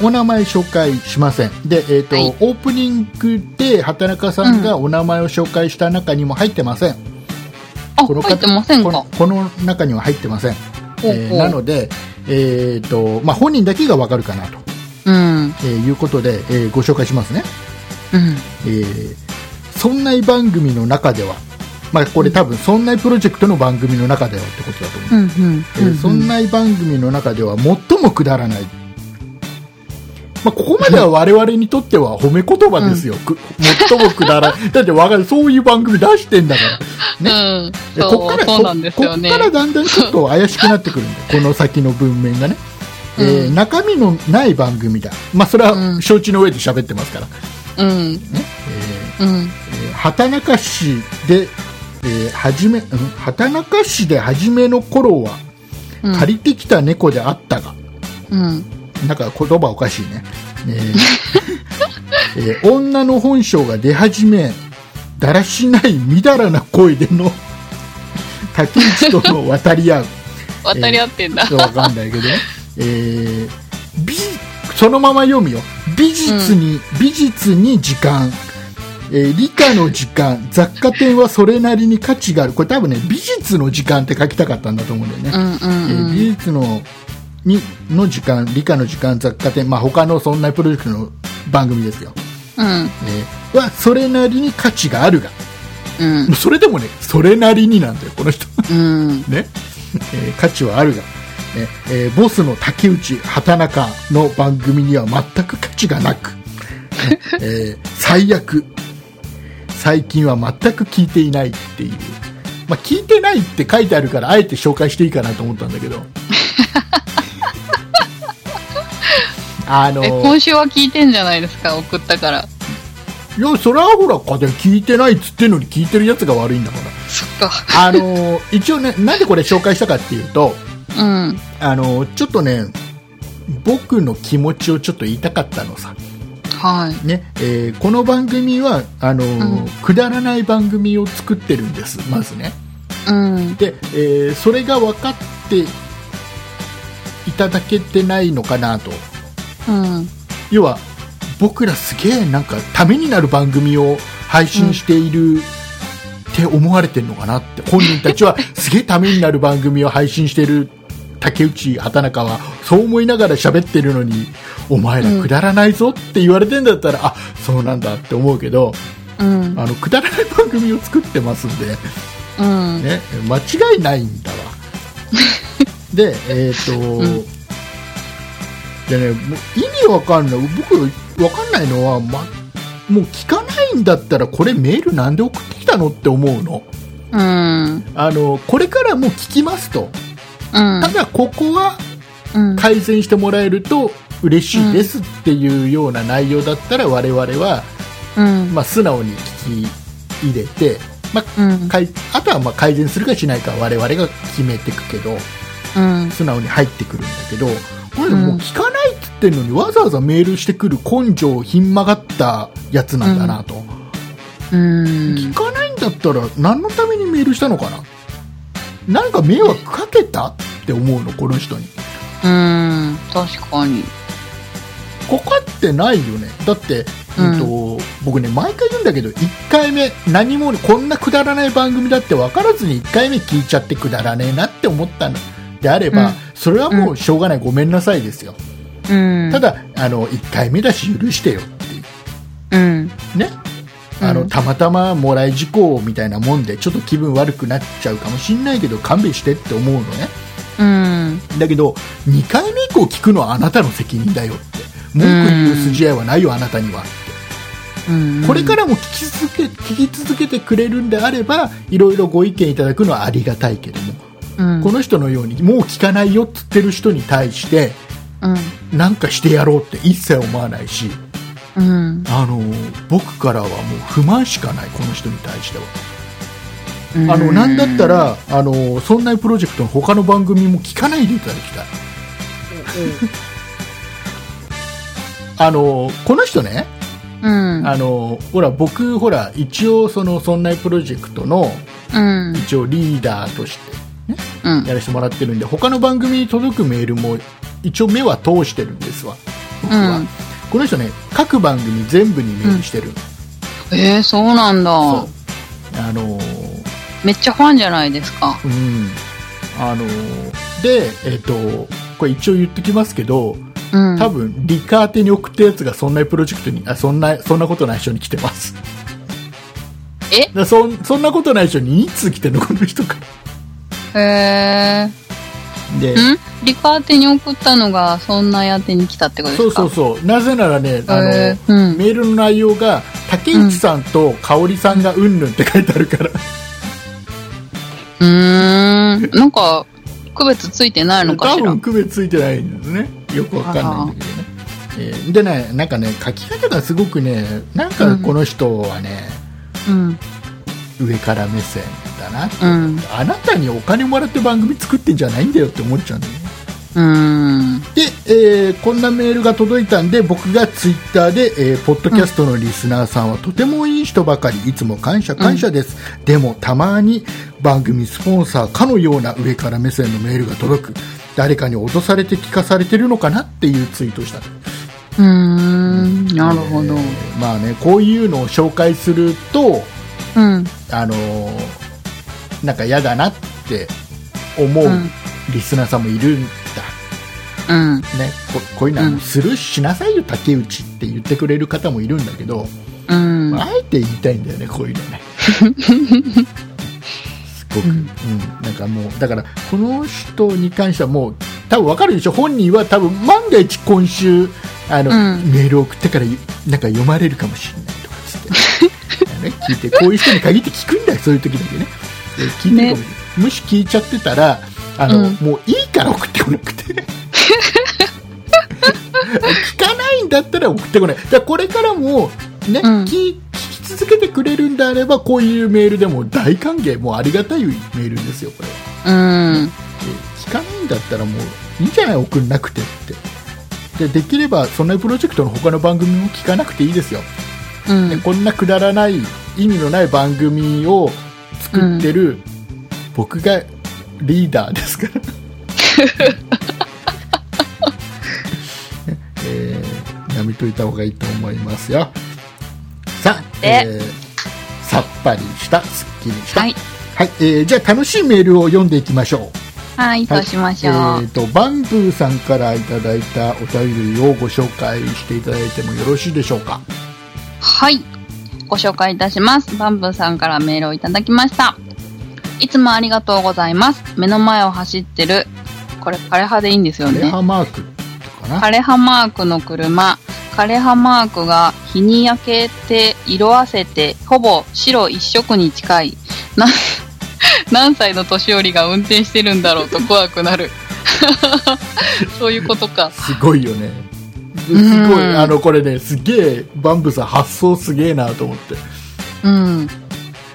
とお名前紹介しませんで、えーとはいオープニングで畑中さんがお名前を紹介した中にも入ってません、あこの入ってませんこかのこの中には入ってませんほうえほうーなので、えーとまあ、本人だけが分かるかなと、うんえーいうことで、えーご紹介しますね、うんえーそんない番組の中ではまあ、これ多分、そんないプロジェクトの番組の中ではってことだと思う。うんうんえーそんなな番組の中では最もくだらない、まあ、ここまでは我々にとっては褒め言葉ですよ、く最もくだら ないだって我々そういう番組出してんだからうん。でこそっう、からそうなんですよねこ。こっからだんだんちょっと怪しくなってく るんだよこの先の文面がね、えーうん中身のない番組だ、まあ、それうはん承知の上で喋ってますから、うん。えうん。ーえー畑中市で、えー初めうん畑中市で初めの頃はうん。借りてきた猫であったが、うん。なんか言葉おかしいね、えーえー女の本性が出始めだらしないみだらな声での竹内との渡り合う渡り合ってんだ。わかんないけどね、えー美そのまま読むよ美術に、美術に時間、えー理科の時間雑貨店はそれなりに価値があるこれ多分ね美術の時間って書きたかったんだと思うんだよね、うんうえーん美術のにの時間理科の時間雑貨店、まあ、他のそんなプロジェクトの番組ですよ、うん。えーはそれなりに価値があるがうん。それでもねそれなりになんだよこの人うん。うん。ね、 えー価値はあるが、ねえーボスの竹内畑中の番組には全く価値がなく、 ねえー最悪最近は全く聞いていないっていう、まあ、聞いてないって書いてあるからあえて紹介していいかなと思ったんだけ どあのえ、今週は聞いてんじゃないですか、送ったから。いやそれはほら風聞いてないっつってんのに聞いてるやつが悪いんだからそっか。あの一応ねなんでこれ紹介したかっていうとうん。あのちょっとね僕の気持ちをちょっと言いたかったのさ、はい。ねえーこの番組はあの、んくだらない番組を作ってるんですまずねうん。で、えーそれが分かっていただけてないのかなとうん。要は僕らすげえなんかためになる番組を配信している、って思われてるのかなって本人たちはすげえためになる番組を配信してる竹内畑中はそう思いながら喋ってるのにお前らくだらないぞって言われてんだったら、あそうなんだって思うけどうん。あのくだらない番組を作ってますんで、うん。ね、間違いないん だわでえっ、と、んでねもう意味わかんない僕わかんないのは、ま、もう聞かないんだったらこれメールなんで送ってきたのって思うのうん。あのこれからも聞きますとうんた。だここはうん。改善してもらえると嬉しいですっていうような内容だったら我々は、うん。まあ、素直に聞き入れて、まあ、うん。かいあとはまあ改善するかしないかは我々が決めていくけどうん。素直に入ってくるんだけどこれもう聞かないっつってんのにわざわざメールしてくる根性ひん曲がったやつなんだなと、うん聞。かないんだったら何のためにメールしたのかな何か迷惑かけたって思うのこの人にうん。確かに。かかってないよねだって、ううんんと僕ね毎回言うんだけど1回目何もこんなくだらない番組だって分からずに1回目聞いちゃってくだらねえなって思ったのであれば、うんそれはもうしょうがない、ごめんなさいですようん。た、だあの1回目だし許してよっていううん。ねあの、うんたまたまもらい事故みたいなもんでちょっと気分悪くなっちゃうかもしんないけど勘弁してって思うのねうん。だけど2回目以降聞くのはあなたの責任だよって文句言う筋合いはないよあなたにはうん。これからも聞き続け聞き続けてくれるんであればいろいろご意見いただくのはありがたいけどら、も、うん。この人のようにもう聞かないよっつってる人に対してうん。なんかしてやろうって一切思わないしうん。あの僕からはもう不満しかないこの人に対してはあのなんだった、らあのそんなプロジェクトの他の番組も聞かないでいただきたい あのこの人ねうん。あのほら僕ほら一応そのそんなプロジェクトのうん。一応リーダーとしてうん。やらせてもらってるんで他の番組に届くメールも一応目は通してるんですわ僕は、うんこの人ね各番組全部にメールしてる、えー、そうなんそだう。あのーめっちゃファンじゃないですか。うんあのーでえっ、とこれ一応言ってきますけどうん。多分理科宛てに送ったやつがそんなプロジェクトにあそんなそんなことない人に来てますえだそんそんなことない人に2通来てるのこの人からへえ。で、んリカ宛てに送ったのが、そんな宛てに来たってことでそすうかそうそうなぜならねあの、へーうんメールの内容が竹内さんと香織さんがうんぬんって書いてあるから、うーん。なんか、区別ついてないのか多しら分。区別ついてないんですねよくわかんないんだけどね、えーでねなんかね書き方がすごくねなんかこの人はね、うん。上から目線だなうん。うあなたにお金もらって番組作ってんじゃないんだよって思っちゃうんだよねーん。で、えーこんなメールが届いたんで僕がツイッターで、えーポッドキャストのリスナーさんはとてもいい人ばかりいつも感謝感謝です、でもたまに番組スポンサーかのような上から目線のメールが届く誰かに脅されて聞かされてるのかなっていうツイートをしたうーん。なるほどえ。ーまあねこういうのを紹介するとうん。あのーなんか嫌だなって思ううんリスナーさんもいるんだ、うん。ね、ここういうのはうんスルーしなさいよ、竹内って言ってくれる方もいるんだけど、うん。あえて言いたいんだよねこうい うのねすごく、ううんんなんかもうだからこの人に関してはもう多分わかるでしょ本人は多分万が一今週あの、うんメール送ってからゆなんか読まれるかもしれないとか つってあのね聞いてこういう人に限って聞くんだよそういう時だけねで聞いてるかもしれないもし聞いちゃってたらあの、うんもういいから送ってこなくて聞かないんだったら送ってこない。だからこれからも、ね、うん聞聞き続けてくれるんであれば、こういうメールでも大歓迎、もうありがたいメールですよ、これ。うん。で聞かないんだったらもういいんじゃない送んなくてって。で、できれば、そのプロジェクトの他の番組も聞かなくていいですよ。うねん。こんなくだらない、意味のない番組を作ってる、僕がリーダーです から。えーやめといた方がいいと思いますよ。さあ、でえーさっぱりした、すっきりした。は、はいい。えーじゃあ楽しいメールを読んでいきましょう。はい、そはいうしましょう。えっ、と、バンブーさんからいただいたお便りをご紹介していただいてもよろしいでしょうか。はい。ご紹介いたします。バンブーさんからメールをいただきました。いつもありがとうございます。目の前を走ってる、これ枯葉でいいんですよレね。ハマークかな。枯葉マークの車、枯葉マークが日に焼けて色あせて、ほぼ白一色に近い。な 何歳の年寄りが運転してるんだろうと怖くなる。 そういうことか。すごいよ ね。すごんい、あの、これね、すげえ、バンブさん発想すげえなと思って。うん。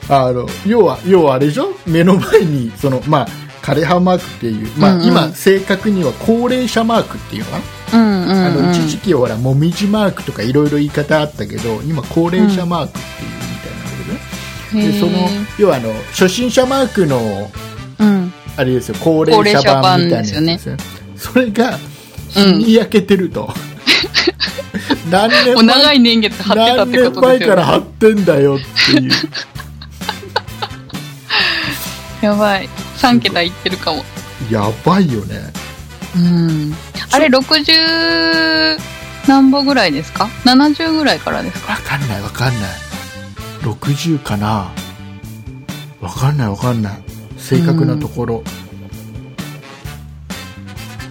あの、要は、要はあれでしょ目の前に、その、まあ、枯葉マークっていう、まあ、うんうん今、正確には高齢者マークっていうのかな、うんうん、うん。あの、一時期はほら、もみじマークとかいろいろ言い方あったけど、今、高齢者マークっていうみたいなんだけどね。へーで、その、要はあの、初心者マークの、うん。あれですよ、高齢者版みたいなやつ高齢ですよね。それが、日に焼けてると。何年もう長い年月張ってたっ何て年こと前ですかよ、らね、貼ってんだよっていうやばい3桁いってるかもやばいよねうんあれ60何歩ぐらいですか70ぐらいからですかわかんないわかんない60かなわかんないわかんない正確なところ、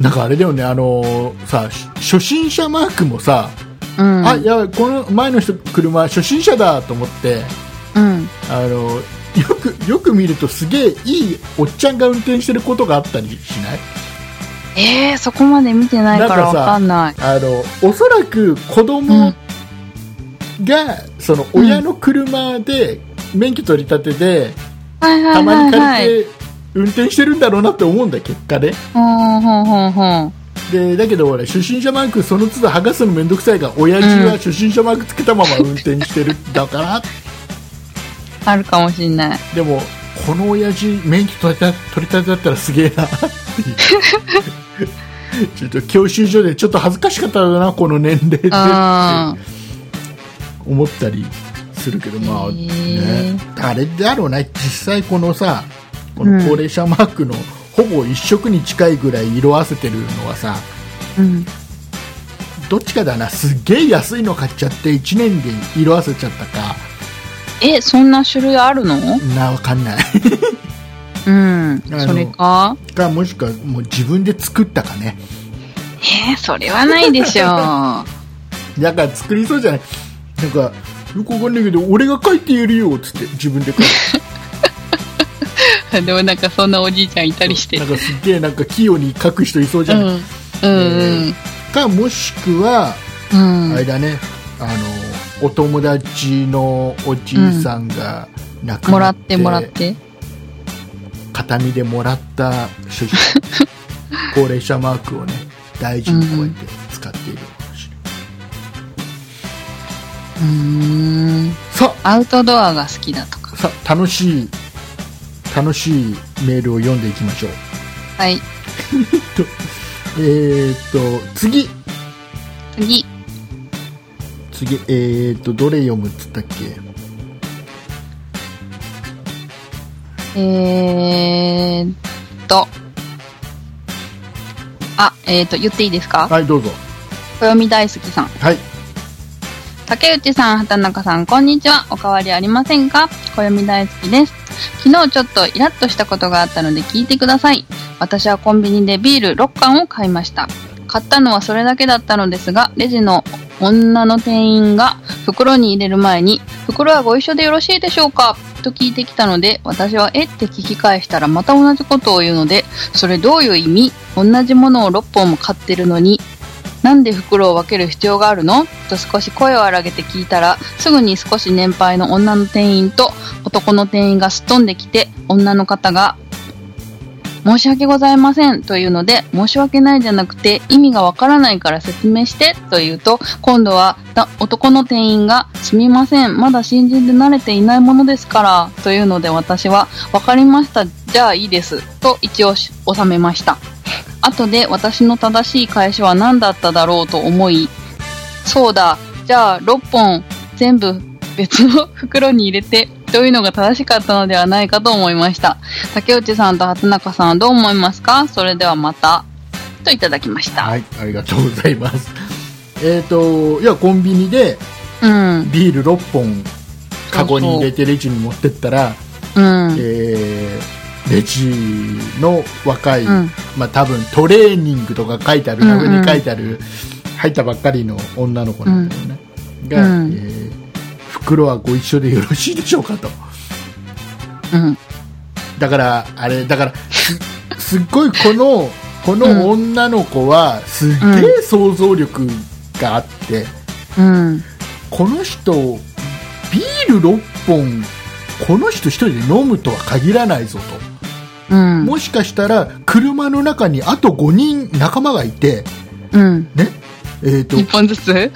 なんかあれだよねあのーさし初心者マークもさ、うんあいやこの前の人車初心者だと思ってうんあのーよくよく見るとすげえいいおっちゃんが運転してることがあったりしないえー、そこまで見てないからわかんないあのおそらく子供が、そのうん親の車で免許取り立てで、はいはたいまはにいは借いりて運転してるんだろうなって思うんだよ結果でほんほんほんほんでだけど俺初心者マークその都度剥がすの面倒くさいが親父はうん初心者マークつけたまま運転してるだからあるかもしんない でもこの親父免許取りた取り立てだったらすげえ なっていうちょっと教習所でちょっと恥ずかしかったなこの年齢でっていうあ思ったりするけど、まあへねー、あれだろうな、実際このさ、この高齢者マークのほぼ一色に近いぐらい色あせてるのはさ、うんどっちかだな、すっげえ安いの買っちゃって1年で色あせちゃったか、えそんな種類あるの なわかんない。うん。のそれかかもしくはもう自分で作ったかねえー、それはないで しょう。だから作りそうじゃないなんかよくわかんないけど俺が書いてやるよっつって自分で書いてでもなんかそんなおじいちゃんいたり してなん。かすっげえなんか器用に書く人いそうじうゃんない、。うん。かもしくは、うん。あれだねあのお友達のおじいさんが亡くもらなっ,、っててもらって。形見でもらった 主人高齢者マークをね大事にこうやって使っているかもしれない、うーん。さアウトドアが好きだとか。あさあ楽しい楽しいメールを読んでいきましょうはい。えー、っと次次。次えー、っとどれ読むっつったっけえーっと。あ、えーっと、言っていいですかはいどうぞ暦大好きさん。はい竹内さん、畑中さん、こんにちは。おかわりありませんか暦大好きです。昨日ちょっとイラッとしたことがあったので聞いてください。私はコンビニでビール6缶を買いました。買ったのはそれだけだったのですが、レジの女の店員が袋に入れる前に、袋はご一緒でよろしいでしょうかと聞いてきたので、私はえって聞き返したらまた同じことを言うので、それどういう意味同じものを6本も買ってるのに、なんで袋を分ける必要があるのと少し声を荒げて聞いたら、すぐに少し年配の女の店員と男の店員がすっ飛んできて、女の方が、申し訳ございませんというので、申し訳ないじゃなくて、意味がわからないから説明してと言うと、今度はだ男の店員が、すみません、まだ新人で慣れていないものですから、というので私は、わかりました、じゃあいいです、と一応し収めました。後で私の正しい返しは何だっただろうと思い、そうだ、じゃあ6本全部別の袋に入れて、というのが正しかったのではないかと思いました。竹内さんと畑中さんはどう思いますかそれではまた。といただきました。はいありがとうございます えっ、といやコンビニでうん、ビール6本カゴに入れてレジに持ってったら、うん、えーレジの若い、うん、まあ、多分トレーニングとか書いてあるうんうんラグに書いてある入ったばっかりの女の子なんだよね、が、うんえー袋はご一緒でよろしいでしょうかとうん、だからあれだからす すっごいこのこの女の子はすっげえ想像力があって、うん、この人ビール6本この人一人で飲むとは限らないぞとうん、もしかしたら車の中にあと5人仲間がいてうん。ねえーと一本ずつ ね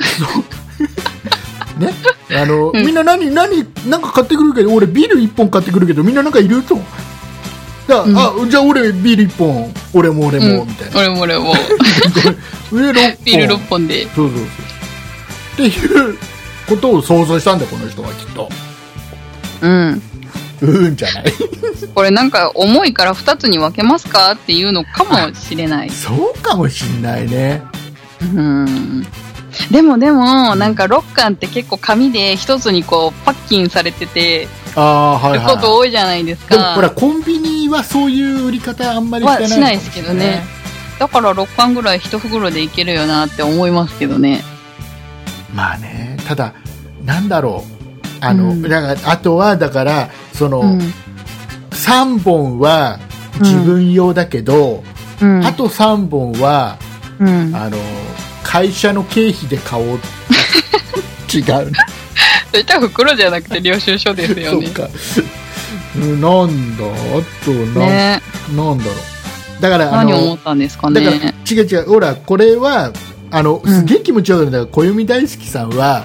あの、うんみんな何何なんか買ってくるけど俺ビール1本買ってくるけどみんななんかいるとだ、うんあじゃあ俺ビール1本俺も俺うも、んみたい、俺なも俺も。上6本ビール6本で。そうそうそうっていうことを想像したんだこの人はきっとうん。うーんじゃない これなんか重いから2つに分けますかっていうのかもしれない。そうかもしんないねうん。でもでも、なんか6巻って結構紙で一つにこうパッキンされてて、ああーはいるはい、こと多いじゃないですでもか。ほらコンビニはそういう売り方あんまりしてないはしないですけどねだから6巻ぐらい一袋でいけるよなって思いますけどね。まあねただなんだろうあの、うんだからあとはだからその、うん。 3本は自分用だけど、うん。あと3本はうん。あの会社の経費で買お う違うそしたら袋じゃなくて領収書ですよそうね。かうんなんだあとなん,、ねなんだろうだからあ何のを思ったんですかだからね。違う違うほらこれはあのんすげえ気持ちよかったんだから暦大好きさんは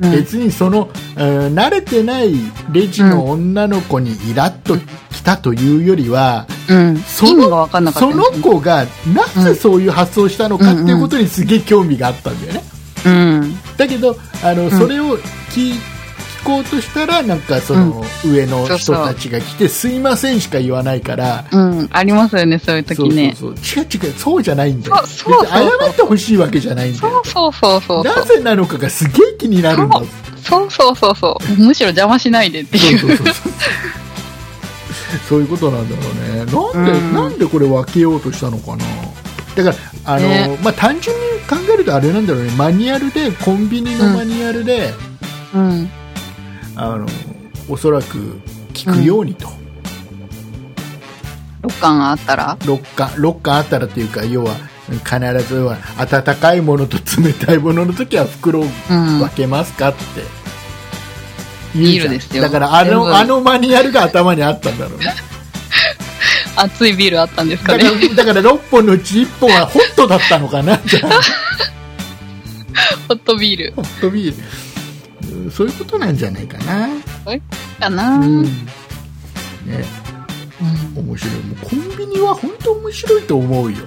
うん別にその、うん慣れてないレジの女の子にイラッときたというよりは、うん。その意味が分かんなかったそんのですね子がなぜそういう発想をしたのかっていうことにすげえ興味があったんだよね、うん。だけどあのんそれを聞,、聞こうとしたらなんかその、上の人たちが来て「すいません」しか言わないから。うん。ありますよね、そういう時ね。そうそうそう違う違うそうじゃないんだよそうそうそうそう別に謝ってほしいわけじゃないんだそようそうそうそう。なぜなのかがすげえ気になるんだそうそうそうそう。むしろ邪魔しないでってそういう。そうそうそうそういうことなんだろうねなんで、うんなんでこれ分けようとしたのかなだからあの、ねまあ、単純に考えるとあれなんだろうねマニュアルでコンビニのマニュアルで、うん。あのおそらく聞くようにと、 6巻あったら六巻六巻あったらというか要は必ずは温かいものと冷たいものの時は袋をうん分。けますかって言うビじーゃルんですよだからあ全の部あのマニュアルが頭にあったんだろうね熱いビールあったんですかだかね。らだから6本のうち1本はホットだったのか なじゃあホットビール。ホットビールうんそういうことなんじゃないかなかな、うんうねん、面白いもうコンビニは本当面白いと思うよ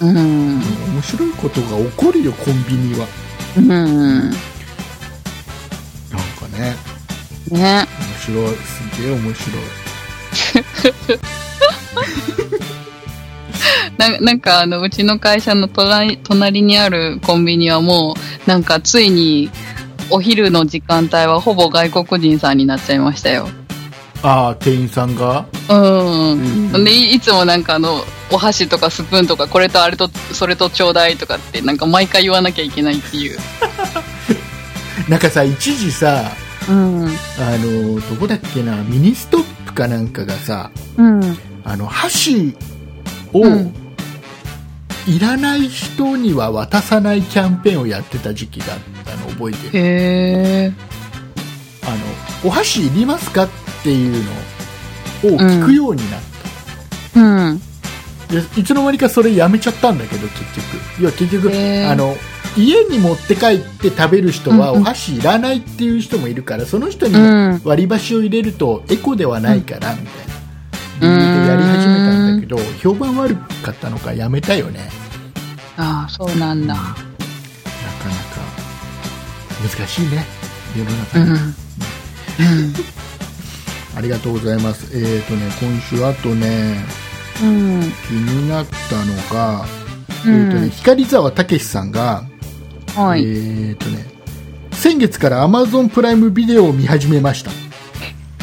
うん。面白いことが起こるよコンビニはうん。なんかねね。面白いすげえ面白いななんかあの、うちの会社の隣隣にあるコンビニはもう、なんかついに、お昼の時間帯はほぼ外国人さんになっちゃいましたよ。ああ店員さんがうん。うんで、いいつもなんかあの、お箸とかスプーンとか、これとあれと、それとちょうだいとかって、なんか毎回言わなきゃいけないっていう。なんかさ一時さうん。あのどこだっけなミニストップかなんかがさうん。あの箸を、うんいらない人には渡さないキャンペーンをやってた時期があったの覚えてるへえ。あのお箸いりますかっていうのを聞くようになっうん。た、でいつの間にかそれやめちゃったんだけど結局いや結局、へーあの家に持って帰って食べる人はうんうおん箸いらないっていう人もいるからその人にうん。割り箸を入れるとエコではないからみたいな理由でやり始めたんだけど評判悪かったのかやめたよねああ、そうなんだな。かなか難しいね世の中、うん。ありがとうございますえっ、とね今週あとねうん。うん。気になったのが、えっとね、光沢武さんが、はえい。っ、とね先月から Amazon プライムビデオを見始めました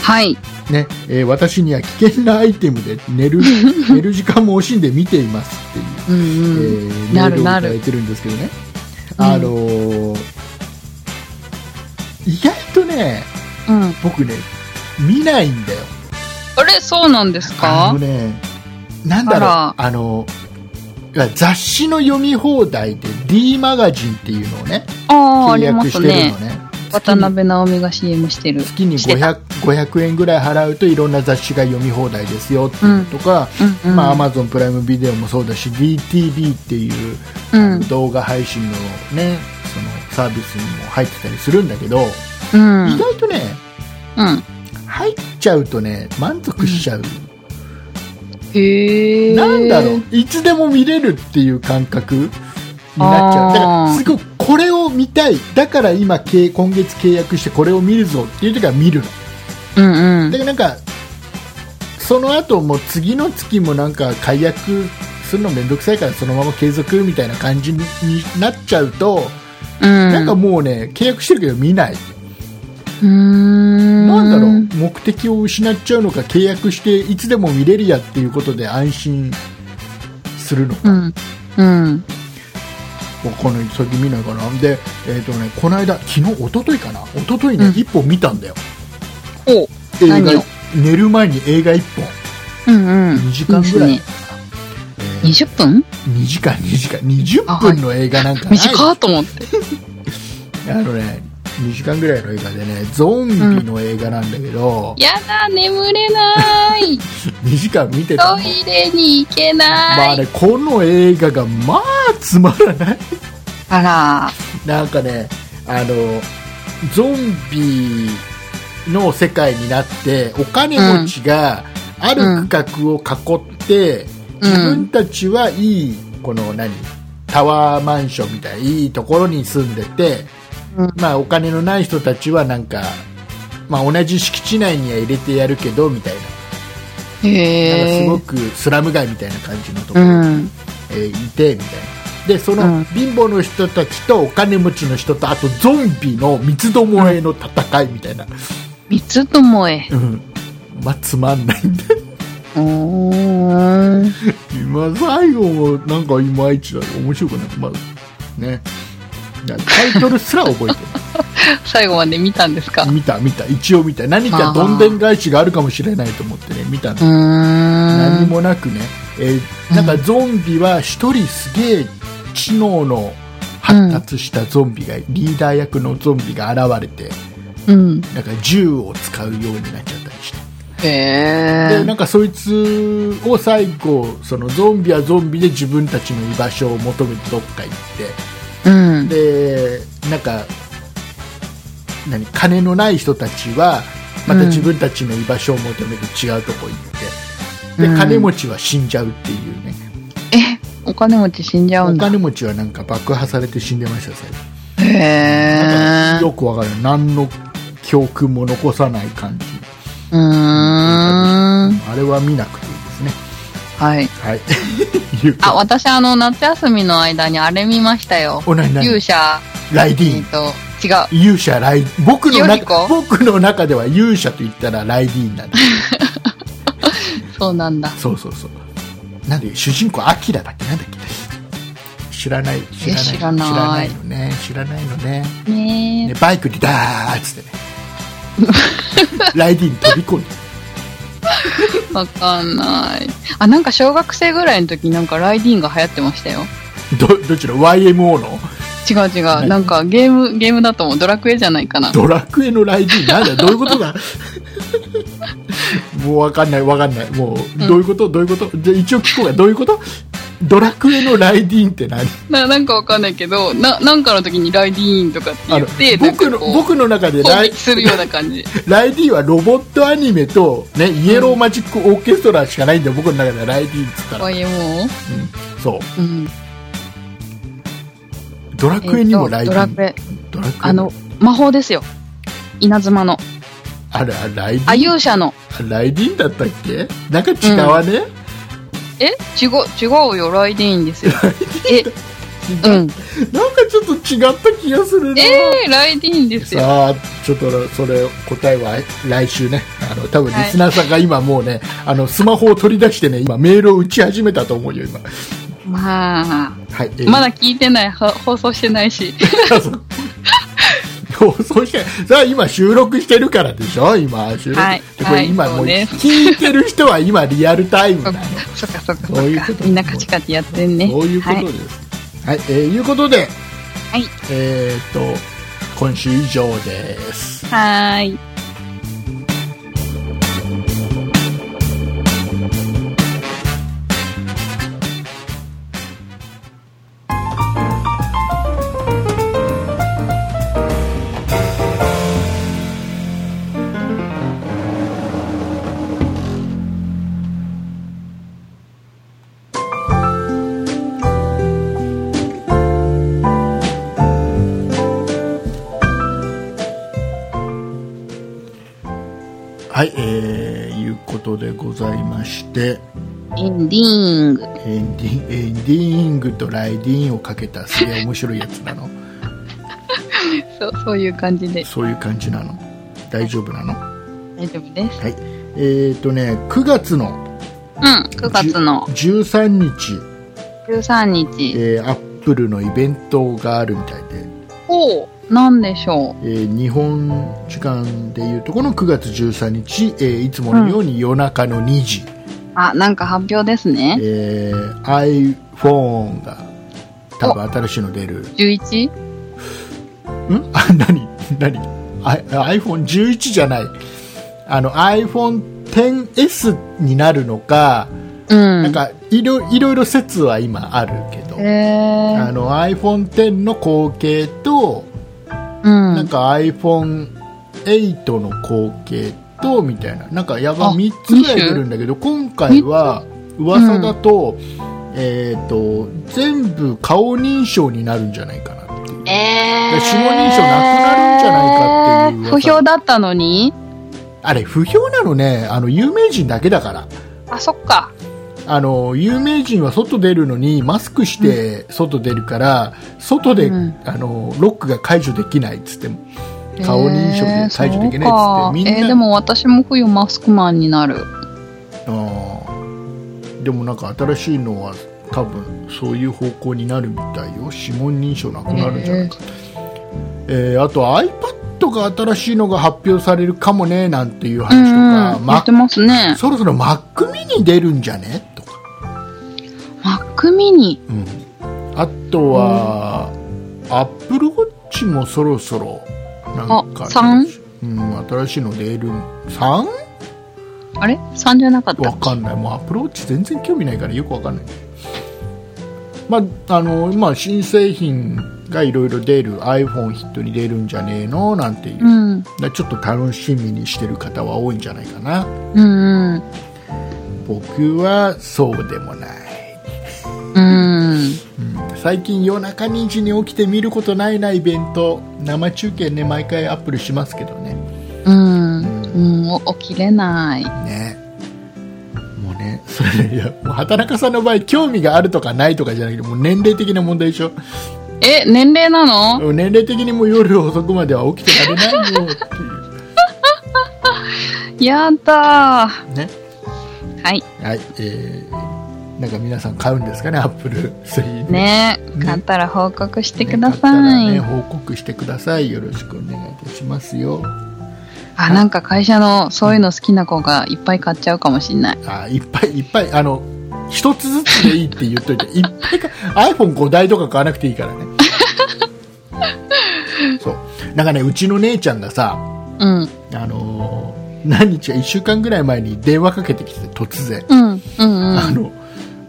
はい。ねえー私には危険なアイテムで寝 る寝る時間も惜しんで見ていますっていううんえうん。ー、メなールるをいたなだるいてるんですけどね、うんあのー意外とねうん。僕ね見ないんだよあれ、そうなんですかあのねなんだろうああのいや雑誌の読み放題で D マガジンっていうのをねああ、あ契りま約しすてるのね。ね渡辺直美が CM してる。月にしてた 500, 500円ぐらい払うといろんな雑誌が読み放題ですよっていうとか、うんうんまあ、Amazon プライムビデオもそうだし DTV っていううん。動画配信のねそのサービスにも入ってたりするんだけど、うん。意外とねうん。入っちゃうとね満足しちゃう、へえ。なんだろういつでも見れるっていう感覚になっちゃうあーだからすごくこれを見たいだから今契今月契約してこれを見るぞっていう時は見るのうんうんだ。からなんかその後もう次の月もなんか解約するのめんどくさいからそのまま継続みたいな感じにになっちゃうと、うん。なんかもうね契約してるけど見ないうん、なんだろう目的を失っちゃうのか契約していつでも見れるやっていうことで安心するのか、うん。うん。この先見ないかなで、えーとね、この間昨日一昨日かな一昨日ね、うん一本見たんだよほう。映何画を寝る前に映画一本うんうん。 2時間ぐらい、いいえですね20分ー、2時間2時間20分の映画なんかない、短っと思って。あのね2時間ぐらいの映画でねゾンビの映画なんだけど、やだ、眠れ ない。 2時間見てたトのイレに行けまなあい。ねこの映画がまあつまらないあら。なんかねあのゾンビの世界になってお金持ちがある区画を囲って、うん自分たちはいいこの何タワーマンションみたいないいところに住んでて、うんまあ、お金のない人たちはなんか、まあ、同じ敷地内には入れてやるけどみたいななんかへすえ。ごくスラム街みたいな感じのとこうろにん。えーいてみたいなでそのうん貧乏の人たちとお金持ちの人とあとゾンビの三つどもえの戦いみたいな、三つともえ。うんまあつまんないんだうーん。 今最後もなんかいまいちだ面白くないまあねタイトルすら覚えて最後まで見たんですかる見た見た一応見た何かどんでん返しがあるかもしれないと思ってね見たのうー何ん。もなくね、えーなんかゾンビは一人すげえ知能の発達したゾンビが、リーダー役のゾンビが現れてうん。なんか銃を使うようになっちゃったりしてへえで。なんかそいつを最後そのゾンビはゾンビで自分たちの居場所を求めてどっか行っうん。てでなんか何金のない人たちはまた自分たちの居場所を求めて違うとこ行って、うんで金持ちは死んじゃうっていうね、お金持ち死んじゃうおんだ。金持ちはなんか爆破されて死んでました最後へえ。よくわからない何の教訓も残さない感じうーん。あれは見なくていいですねはい。はい いうあ、か私、あの、夏休みの間にあれ見ましたよ。お何何勇者、ライディーンえっと、違う。勇者ライ僕のヨリ中コ僕の中では勇者と言ったらライディーン なんだそうなんだ。そうそうそうなんで主人公アキラだっけなんだっけ知らない知らない知らないのね知らないのねねねバイクでダーッつってね ライディーン飛び込んでえ、わかんない。あ、なんか小学生ぐらいの時になんかライディーンが流行ってましたよ。どどちら YMO の違う違う。なんかゲーム、ゲームだと思う。ドラクエじゃないかな。ドラクエのライディーンなんだどういうこ とだもうわかんないわかんないもうどういうこと、どういうことじゃあ一応聞こうかどういうことドラクエのライディーンって何ななんかわかんないけど、な、なんかの時にライディーンとかって言あのって、なん僕かのこう僕の中で攻ライ撃するような感 じ。ライディーンはロボットアニメと、ね、イエローマジックオーケストラしかないんだよ、僕の中ではライディーンっつったら、 YMO? うんそううん。ドラクエにもライディーン、えっとドラクエあの、魔法ですよ。稲妻の。あれあライディあ、ーン勇者の。ライディーンだったっけなんか違わね、え違う、違うよ。ライディーンですよ。え、違うん。なんかちょっと違った気がするな、えー、ライディーンですよ。さあちょっとそれ答えは来週ねあの多分リスナーさんが今もうね、あのスマホを取り出してね今メールを打ち始めたと思うよ今まあ、はい、えーまだ聞いてない、は放送してない し。放 送してさあ今収録してるからでしょ今収録、はいでこれはい今もそううね聞いてる人は今リアルタイムなのそっかそっかそそうっいうこかと。みんなカチカチやってんね。そういうことはでい。すはい、えーいうことではいえーっと今週以上ですはーい。はいえー、いうことでございましてエンディング。エンディエンディングとライディーンをかけたすげえ面白いやつなのそう、そういう感じでそういう感じなの大丈夫なのは大丈夫です。いえー、っとね9月のうん、9月の13日13日。えーアップルのイベントがあるみたいで、おう、なんでしょえー日本時間でいうとこの9月13日、えーいつものように夜中の2時、う。あ、なんか発表ですね。えー iPhone が多分新しいの出るん 11? あ何何あ iPhone11 じゃないあの iPhone10S になるのか、うん。なんかいろいろいろ説は今あるけど、へえあの iPhone10 の後継とうん。なんか iPhone8 の後継とみたいななんかやばあ3つぐらい出るんだけど今回は噂だと,、えー、と全部顔認証になるんじゃないかなっていうえ指紋認証なくなるんじゃないかっていう噂不評だったのにあれ不評なのねあの有名人だけだからあ、そっか。あの有名人は外出るのにマスクして外出るから、外で、うんあのロックが解除できないっつって顔認証で解除できないっつってえーそうかみんなえーでも私も冬マスクマンになる。あでもなんか新しいのは多分そういう方向になるみたいよ指紋認証なくなるんじゃないかと、えーあと iPad が新しいのが発表されるかもねなんていううん話うとか、ん、 Mac 言ってますね。そろそろ Mac ミニ出るんじゃねとか、 Mac mini。うん、あとは、Apple Watch もそろそろなんかあ三うん、新しいの出る 3? あれ ?3 じゃなかったわかんないもうアプローチ全然興味ないからよくわかんないまああのまあ新製品がいろいろ出る iPhone ヒットに出るんじゃねえのなんていう、うん。だちょっと楽しみにしてる方は多いんじゃないかなうんうん。僕はそうでもない、うん。うん最近夜中2時に起きて見ることないなイベント生中継ね毎回アップルしますけどねうん。うん。起きれない。ねもうねそれねいやもう畑中さんの場合興味があるとかないとかじゃなくてもう年齢的な問題でしょえ、年齢なの年齢的にもう夜遅くまでは起きてられないよっていうやだー。ねはい。はいえー、なんか皆さん買うんですかねアップル製品ねね買ったら報告してねくだ買ったさらい。ね、報告してくださいよろしくお願いいたしますよあ、なんか会社のそういうの好きな子がいっぱい買っちゃうかもしんない。あいっぱいいっぱいあの一つずつでいいって言っといていっぱいか iPhone5 台とか買わなくていいから ねそうなんかねうちの姉ちゃんがさうん。あのー何日か1週間ぐらい前に電話かけてきて突然うん。うんうあん。の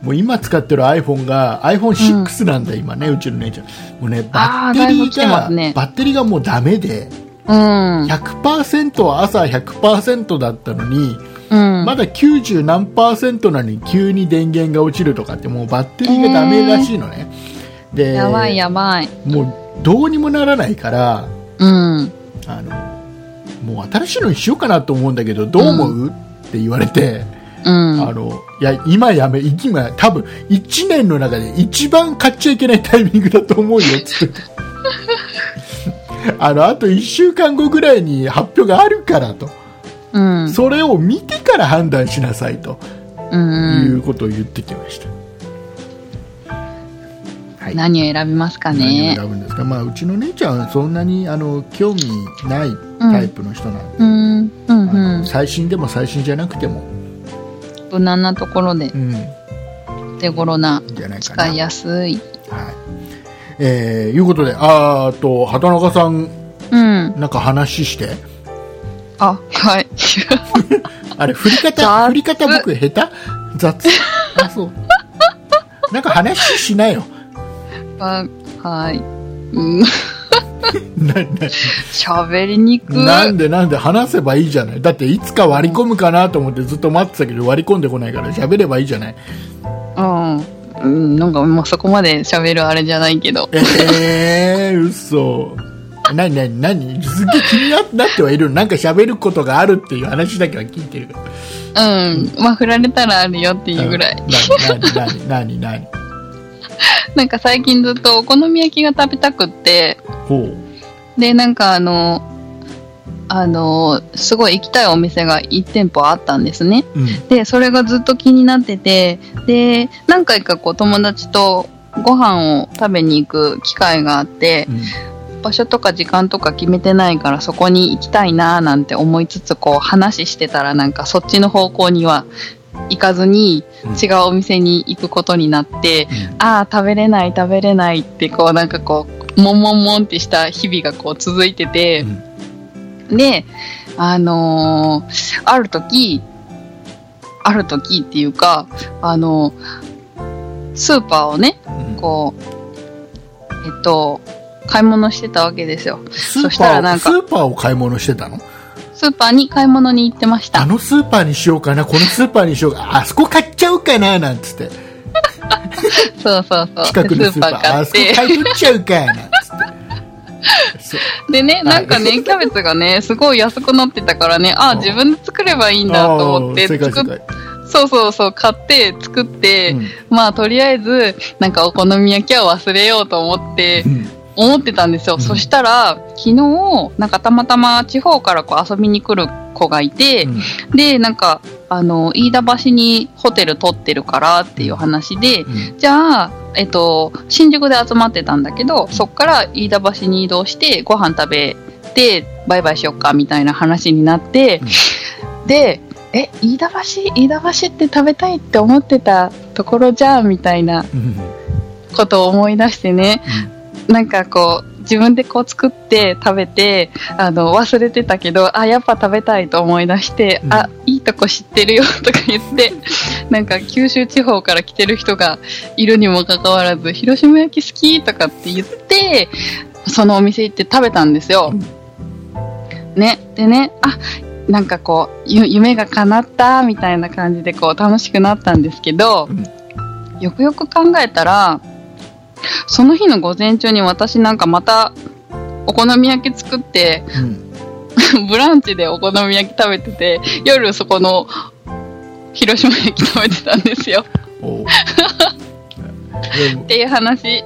もう今使ってる iPhone が iPhone6 なんだ、今ねうちの姉ちゃんもうねバあッーテだいリぶ来てーまが、すねバッテリーがもうダメでうん。 100%は朝100%だったのに、うん。まだ90何パーセントなのに急に電源が落ちるとかってもうバッテリーがダメらしいのね、でやばいやばい。もうどうにもならないからうん。あのもう新しいのにしようかなと思うんだけどどう思う、って言われて、うん。あのいや今やめ今多分1年の中で一番買っちゃいけないタイミングだと思うよ つってあのあと1週間後ぐらいに発表があるからと、うん。それを見てから判断しなさいとういん。うことを言ってきました、はい何を選びますか何をね。選ぶんですか、まあ、うちの姉ちゃんはそんなにあの興味ないタイプの人なんで、うん。うん。あのうん。最新でも最新じゃなくても、無難なところでうん、手頃な、じゃないかな使いやすい。はい。えー、いうことで、あーあと、畑中さん、うん。なんか話して。あ、はい。 あれ、振り方、雑振り方僕下手 雑。あ、そう。なんか話しなよ。あはい。うん。な、な、喋りにくい。なんでなんで話せばいいじゃない。だっていつか割り込むかなと思ってずっと待ってたけど割り込んでこないから喋ればいいじゃない。うん。うん、なんかもうそこまで喋るあれじゃないけど。えー、嘘。なになになにすっげえ気になってはいるなんか喋ることがあるっていう話だけは聞いてるから。うん。まあ、振られたらあるよっていうぐらい。なになになになになんか最近ずっとお好み焼きが食べたくって、ほう。で、なんかあの、あの、すごい行きたいお店が1店舗あったんですね。うん。で、それがずっと気になってて、で、何回かこう友達とご飯を食べに行く機会があって、うん場所とか時間とか決めてないからそこに行きたいなーなんて思いつつこう話してたらなんかそっちの方向には行かずにうん違うお店に行くことになって、ああ食べれない食べれないってこうなんかこうもんもんもんってした日々がこう続いてて、であのーある時ある時っていうかあのスーパーをねこうえっと買い物してたわけですよスそーしパたーらをなんかスーパーを買い物してたのスーパーに買い物に行ってましあた。のスーパーにしようかなこのスーパーにしようかあそこ買っちゃうかななんつってそうそうそう。近くのスーパー買あっそこて。買い取っちゃうかなんつってそうでね、なんかはね、キャベツがね、すごい安くなってたからね、あうあ、ん自分で作ればいいんだと思って、あー正解作正っそうそうそう、買って、作って、解まあ、とりあえず、なんかお好み焼きは忘れようと思ってう、ん思ってたんですよ。うんそしたら、昨日、なんかたまたま地方からこう遊びに来る子がいて、うんで、なんか、あの、飯田橋にホテル取ってるからっていう話で、うんじゃあ、えっと、新宿で集まってたんだけど、そっから飯田橋に移動して、ご飯食べて、バイバイしよっか、みたいな話になって、で、え、飯田橋飯田橋って食べたいって思ってたところじゃん、みたいなうんことを思い出してね、なんかこう、自分でこう作って食べて、あの、忘れてたけど、あ、やっぱ食べたいと思い出して、うんあ、いいとこ知ってるよとか言って、 なんか九州地方から来てる人がいるにもかかわらず、広島焼き好きとかって言って、そのお店行って食べたんですよ。ね。でね、あ、なんかこう、ゆ夢が叶ったみたいな感じでこう楽しくなったんですけど、うんよくよく考えたら、その日の午前中に私なんかまたお好み焼き作って、 うんブランチでお好み焼き食べてて、夜そこの広島焼き食べてたんですよ。 おでもっていう話。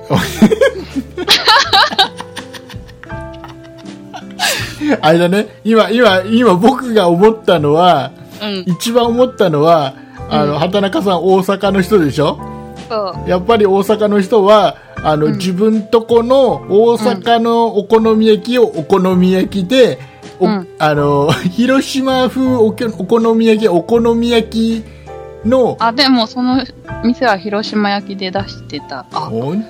あれだね今今今僕が思ったのはうん。一番思ったのはあの、うん畑中さん大阪の人でしょそう。やっぱり大阪の人はあの、うん自分とこの大阪のお好み焼きをお好み焼きで、おうんあの広島風おけお好み焼きはお好み焼きのあ、でもその店は広島焼きで出してた。あ、おん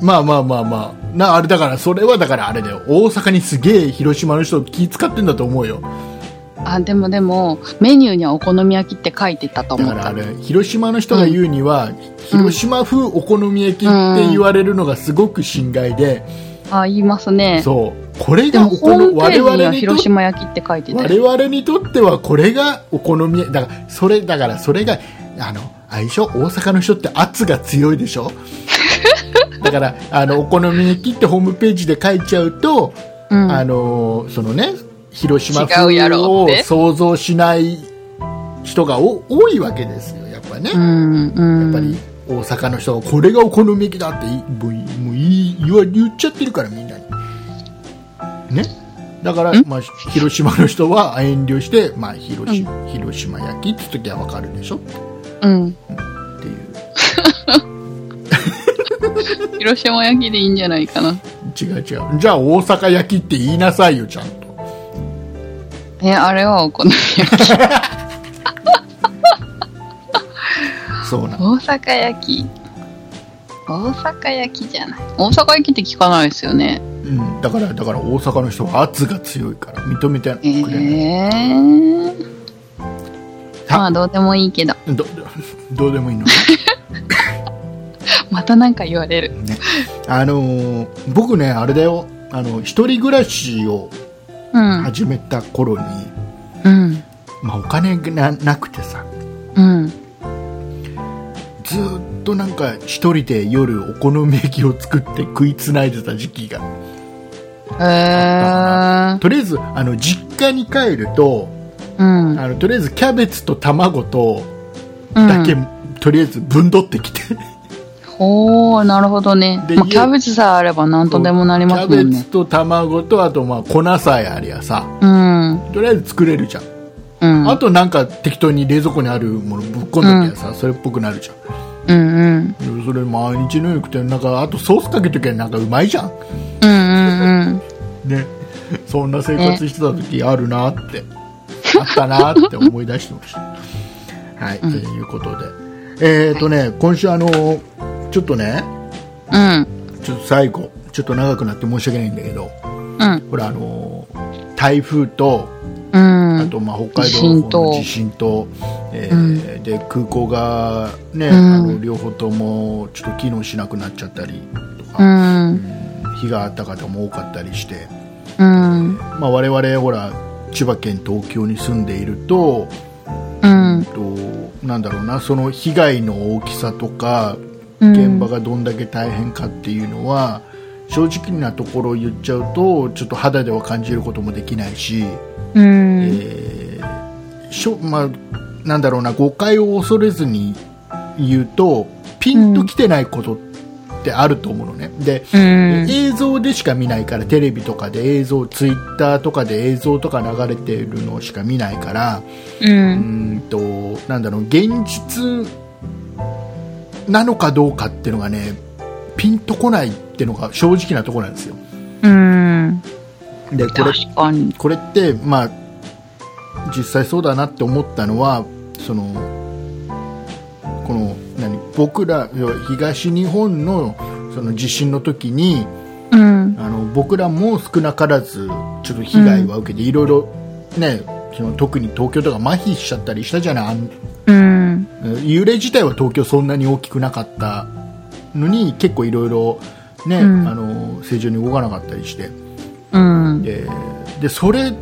まあまあまあまあなあれだからそれはだからあれだよ大阪にすげえ広島の人気使ってんだと思うよあでもでも、メニューにはお好み焼きって書いてたとだ思っからあた。れ広島の人が言うには、広島風お好み焼きって言われるのがすごく心外で、あ、言いますね。そうこれでがもおホー好みムペー我ジに々はにとっ広島焼きって書いてた我。々にとってはこれがお好み焼きだからそれだからそれがあの相性大阪の人って圧が強いで しょだからあのお好み焼きってホームページで書いちゃうと、うん。あのそのね広島違うや風ろをって想像しない人がお多いわけですよやっぱね、うん、うん。やっぱり大阪の人がこれがお好み焼きだっていもうもういい言わ言っちゃってるからみんなにねだからん、まあ、広島の人は遠慮して、まあ、広島広島焼きって言っときは分かるでしょっうん。ていう広島焼きでいいんじゃないかな。違う違うじゃあ大阪焼きって言いなさいよちゃんとえ、あれはお好み焼き。そうなの大阪焼き。大阪焼きじゃない。大阪焼きって聞かないですよね。うん、だからだから大阪の人は圧が強いから認めてくえれない、ー。さまあどうでもいいけど、どどうでもいいのまたなんか言われる。ね、あのー僕ねあれだよあの一人暮らしをうん。始めた頃に、うん。まあ、お金がななくてさうん。ずーっとなんか一人で夜お好み焼きを作って食いつないでた時期がへえー。とりあえずあの実家に帰るとうん。あのとりあえずキャベツと卵とうんだけ、とりあえずぶんどってきておー、なるほどね。でまあ、家キャベツさえあれば何とでもなりますキもャんベツね。と卵とあとまあ粉さえありゃさうん。とりあえず作れるじゃんうん。あとなんか適当に冷蔵庫にあるものぶっこんだけさ、それっぽくなるじうゃんんうん。でそれ毎日のように食ってなんかあとソースかけときゃなんかうまいじゃんうんうんうん。ねそんな生活してた時あるなって、あったなって思い出してましたはい、ということでえっ、ー、とね今週あのちょっとねうん。ちょっと最後ちょっと長くなって申し訳ないんだけどうん。ほらあの台風とうん。あとまあ北海道の方の地震と、えーで空港が、ねうんあの両方ともちょっと機能しなくなっちゃったりとうか、ん。日があった方も多かったりして、うん。まあ、我々ほら千葉県東京に住んでいると,、うん。となんだろうなその被害の大きさとかうん現場がどんだけ大変かっていうのは、正直なところを言っちゃうとちょっと肌では感じることもできないし。うん。えーしょまあ、なんだろうな誤解を恐れずに言うとピンときてないことってあると思うのねで、うん映像でしか見ないからテレビとかで映像ツイッターとかで映像とか流れてるのしか見ないからううんんとなんだろう現実なのかどうかっていうのがねピンとこないっていうのが正直なところなんですようんでこれ確かにこれって、まあ、実際そうだなって思ったのはそのこの何僕ら要は東日本のその地震の時にうんあの僕らも少なからずちょっと被害は受けて、いろいろ、ね、その特に東京とか麻痺しちゃったりしたじゃないあんうん幽霊自体は東京そんなに大きくなかったのに結構いろいろ、ねうんあの正常に動かなかったりして。うんえーでそれっ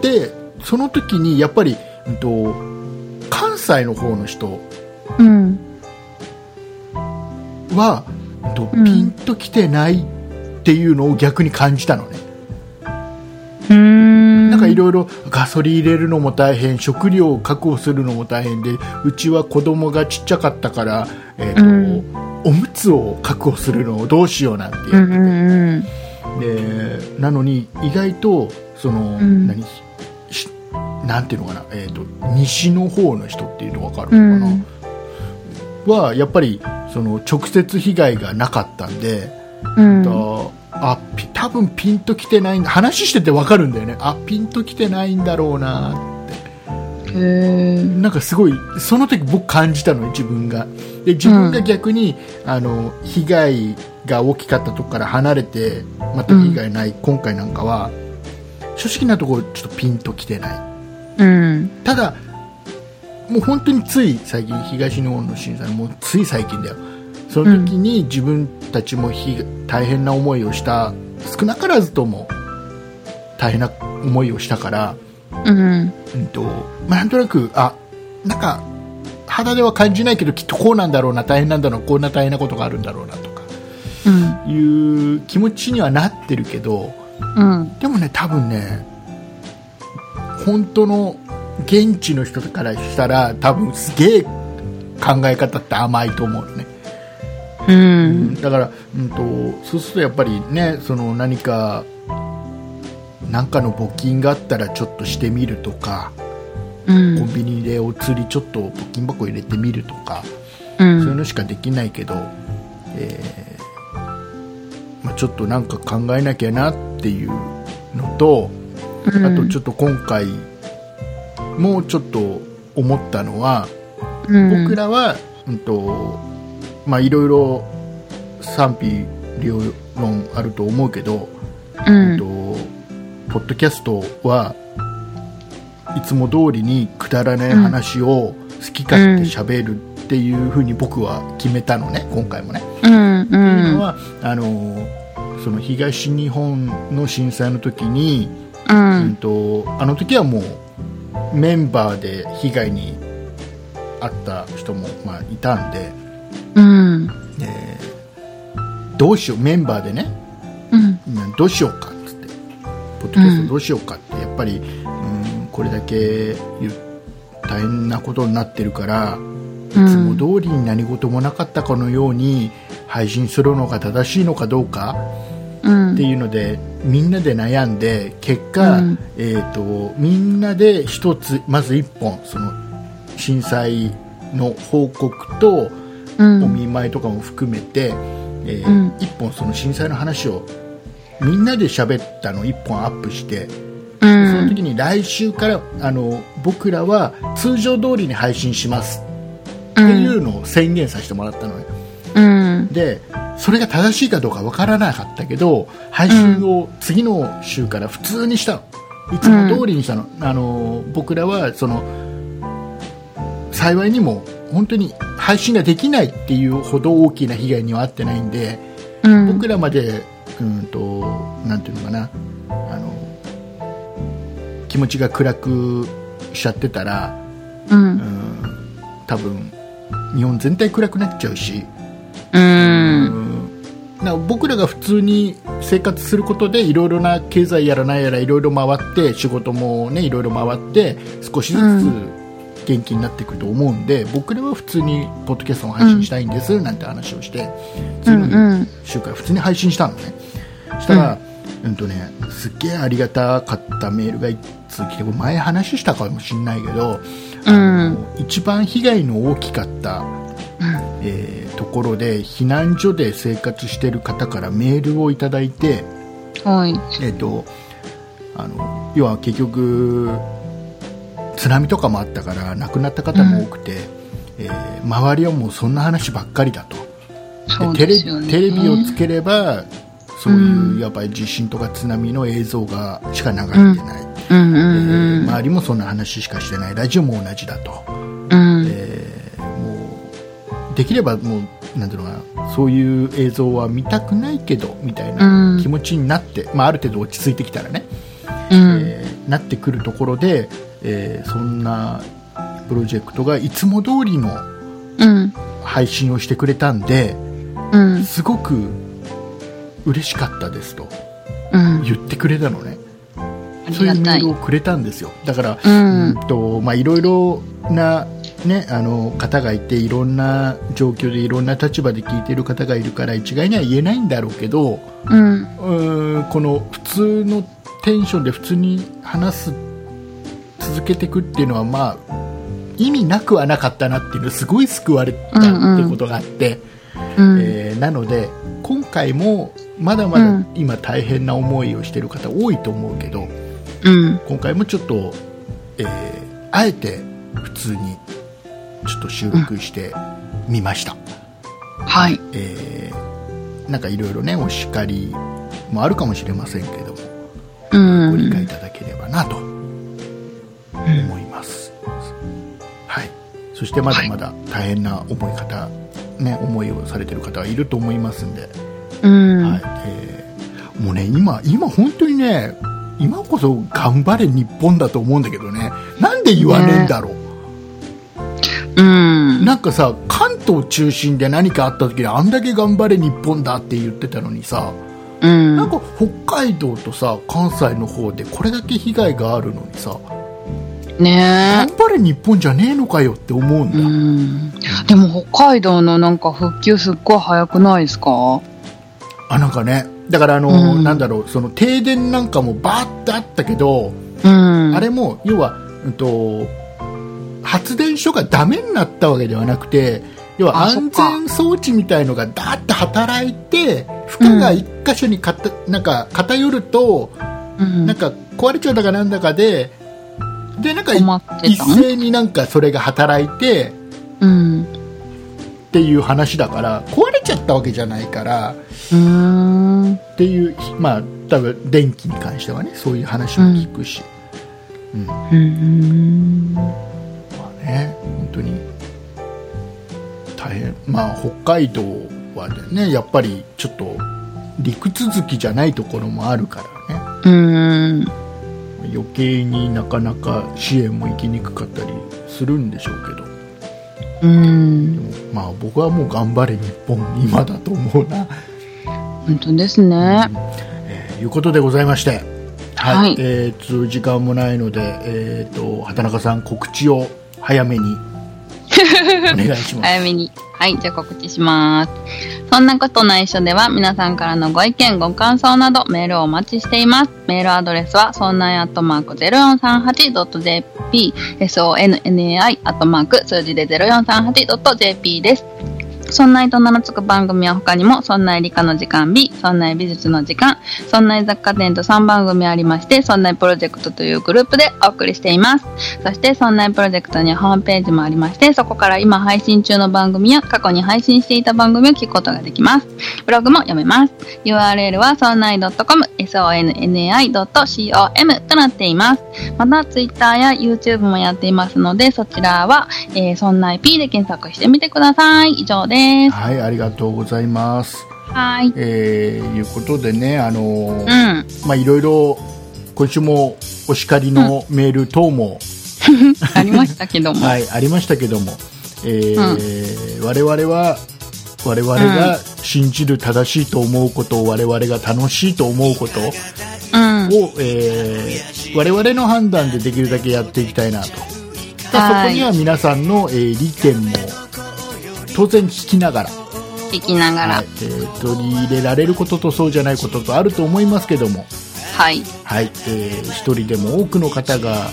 てその時にやっぱり、うんと、関西の方の人うんは、うんとうんピンときてないっていうのを逆に感じたのね、うんなんかいろいろガソリン入れるのも大変食料を確保するのも大変でうちは子供がちっちゃかったから、えーとうんおむつを確保するのをどうしようなんて、うんうんでなのに意外とその、うん何しなんていうのかな、えー、と西の方の人っていうの分かるうのんかな、はやっぱりその直接被害がなかったんで、うんとあピ多分ピンときてないんだ話してて分かるんだよねあピンときてないんだろうなへーなんかすごいその時僕感じたのね自分がで自分が逆に、あの被害が大きかったとこから離れて全く被害ない、今回なんかは正直なところちょっとピンときてないうんただもう本当につい最近東日本の震災もうつい最近だよその時に自分たちもひ大変な思いをした少なからずとも大変な思いをしたから、うんうんとまあ、なんとなくあなんか肌では感じないけどきっとこうなんだろうな大変なんだろうこんな大変なことがあるんだろうなとかうんいう気持ちにはなってるけどうんでもね多分ね本当の現地の人からしたら多分すげえ考え方って甘いと思うのね、うんだから、うん、とそうするとやっぱりねその何か何かの募金があったらちょっとしてみるとかうんコンビニでお釣りちょっと募金箱入れてみるとか、うそういうんのしかできないけど、えーまあ、ちょっとなんか考えなきゃなっていうのと、あとちょっと今回もうちょっと思ったのは、うん僕らは、うんとまあ、いろいろ賛否両論あると思うけど、うえっんとポッドキャストはいつも通りにくだらない話を好き勝手喋るっていう風に僕は決めたのね、今回もね。うんうっていうんのはあのその東日本の震災の時に、ううんんとあの時はもうメンバーで被害に遭った人も、まあ、いたんで、うんえーどうしようメンバーでねうんうんどうしようかっつってポッドキャストどうしようかって、やっぱり、うん、これだけ言う大変なことになってるからいつも通りに何事もなかったかのように配信するのが正しいのかどうかうんっていうのでみんなで悩んで結果、うんえー、とみんなで一つまず一本その震災の報告とうんお見舞いとかも含めて、えーうん一本その震災の話をみんなで喋ったのを一本アップして、うそのん時に来週からあの僕らは通常通りに配信しますっていうのを宣言させてもらったのね、うんでそれが正しいかどうかわからなかったけど配信を次の週から普通にしたのいつも通りにしたの,、あの僕らはその幸いにも本当に配信ができないっていうほど大きな被害には遭ってないんで、うん僕らまでうんとなんていうのかなあの気持ちが暗くしちゃってたら、ううんん、多分日本全体暗くなっちゃうし。うんな僕らが普通に生活することでいろいろな経済やらないやらいろいろ回って仕事もねいろいろ回って少しずうつ元気になってくると思うんで僕らは普通にポッドキャストも配信したいんですなんて話をしてう次んうのん週から普通に配信したのねしたら、うんとね、すっげえありがたかったメールが一通来てこれ前話したかもしれないけど、あの一番被害の大きかった、えーところで避難所で生活してる方からメールをいただいて、はいえっとあの要は結局津波とかもあったから亡くなった方も多くて、えー周りはもうそんな話ばっかりだとそうでテですよレねテレビをつければそういう、うんやっぱり地震とか津波の映像がしか流れてない、うんうえんー周りもそんな話しかしてないラジオも同じだと、うんうんえーもうできればもうなんていうのかなそういう映像は見たくないけどみたいな気持ちになって、まあ、ある程度落ち着いてきたらね、うんえーなってくるところで、えーそんなプロジェクトがいつも通りのうん配信をしてくれたんでうんすごく嬉しかったですとうん言ってくれたのねあそうりがいうメたーいルをくれたんですよだから、うんうんとまあいろいろな、ね、あの方がいていろんな状況でいろんな立場で聞いてる方がいるから一概には言えないんだろうけど、うんうーんこの普通のテンションで普通に話す続けていくっていうのはまあ意味なくはなかったなっていうのすごい救われたってことがあって、うんえーなので今回もまだまうだん今大変な思いをしてる方多いと思うけどうん今回もちょっと、えーあえて普通にちょっと収録してみました。はいえーなんかいろいろねお叱りもあるかもしれませんけどもうご理解いんただければなと思います、はいそしてまだまだ大変な思い方、ね思いをされてる方はいると思いますんで、うんはいえーもうね今今本当にね今こそ頑張れ日本だと思うんだけどねなんで言わねえんだろう、うんなんかさ関東中心で何かあった時にあんだけ頑張れ日本だって言ってたのにさ、うんなんか北海道とさ関西の方でこれだけ被害があるのにさね頑張れ日本じゃねえのかよって思うんえだ、うんでも北海道のなんか復旧すっごい早くないですかあなんかねだからあの、うんなんだろうその停電なんかもバーってあったけど、うんあれも要は、うん、と発電所がダメになったわけではなくて要はあそっ安か全装置みたいのがダーって働いて負荷が一箇所にかた、なんか偏るとうんなんか壊れちゃうだかなんだかででなんか困って一た斉になんかそれが働いてうんっていう話だから壊れちゃったわけじゃないからうーんっていうまあ多分電気に関してはねそういう話も聞くし、うんまあね本当に大変まあ北海道はねやっぱりちょっと陸続きじゃないところもあるからうねん余計になかなか支援も行きにくかったりするんでしょうけうどんでもまあ僕はもう頑張れ日本今だと思うな。本当ですねえーいうことでございまして、ははいいえーつう時間もないので、えー、と畑中さん告知を早 めにお願いします。早めに。はい、じゃあ告知します。そんなことないっしょでは、皆さんからのご意見、ご感想など、メールをお待ちしています。メールアドレスは、そんないアットマーク 0438.jp、sonnai アットマーク数字で 0438.jp です。そんないと名の付く番組は他にも、そんない理科の時間 B、そんない美術の時間、そんない雑貨店と3番組ありまして、そんないプロジェクトというグループでお送りしています。そして、そんないプロジェクトにはホームページもありまして、そこから今配信中の番組や過去に配信していた番組を聞くことができます。ブログも読めます。URL はそんない .com、sonnai.com となっています。また、Twitter や YouTube もやっていますので、そちらは、えーそんない P で検索してみてください。以上です。はい、ありがとうございます。はい。えーいうことでね、あのーうん。まあいろいろ今週もお叱りのメール等も、ありましたけども。はいありましたけども、えー我々は我々が信じる正しいと思うことを我々が楽しいと思うこと、うん。を、えー我々の判断でできるだけやっていきたいなと。たまはあ、そいこには皆さんの、えー利点も当然聞きながら、聞きながらはいえー取り入れられることとそうじゃないこととあると思いますけども、はいはいえー一人でも多くの方が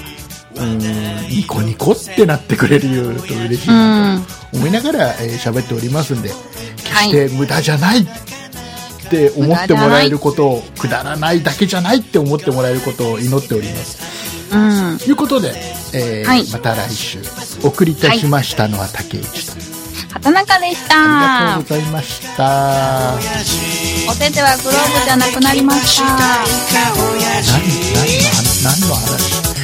うーんニコニコってなってくれると嬉しいなと思いながらえー喋、っておりますんで決して無駄じゃないって思ってもらえることをくだらないだけじゃないって思ってもらえることを祈っております。うんということで、えーはいまた来週お送りいたしましたのは竹内と、畑中でしあたりがとうございましたお手手はグローブじゃなくなりました何何の話何の話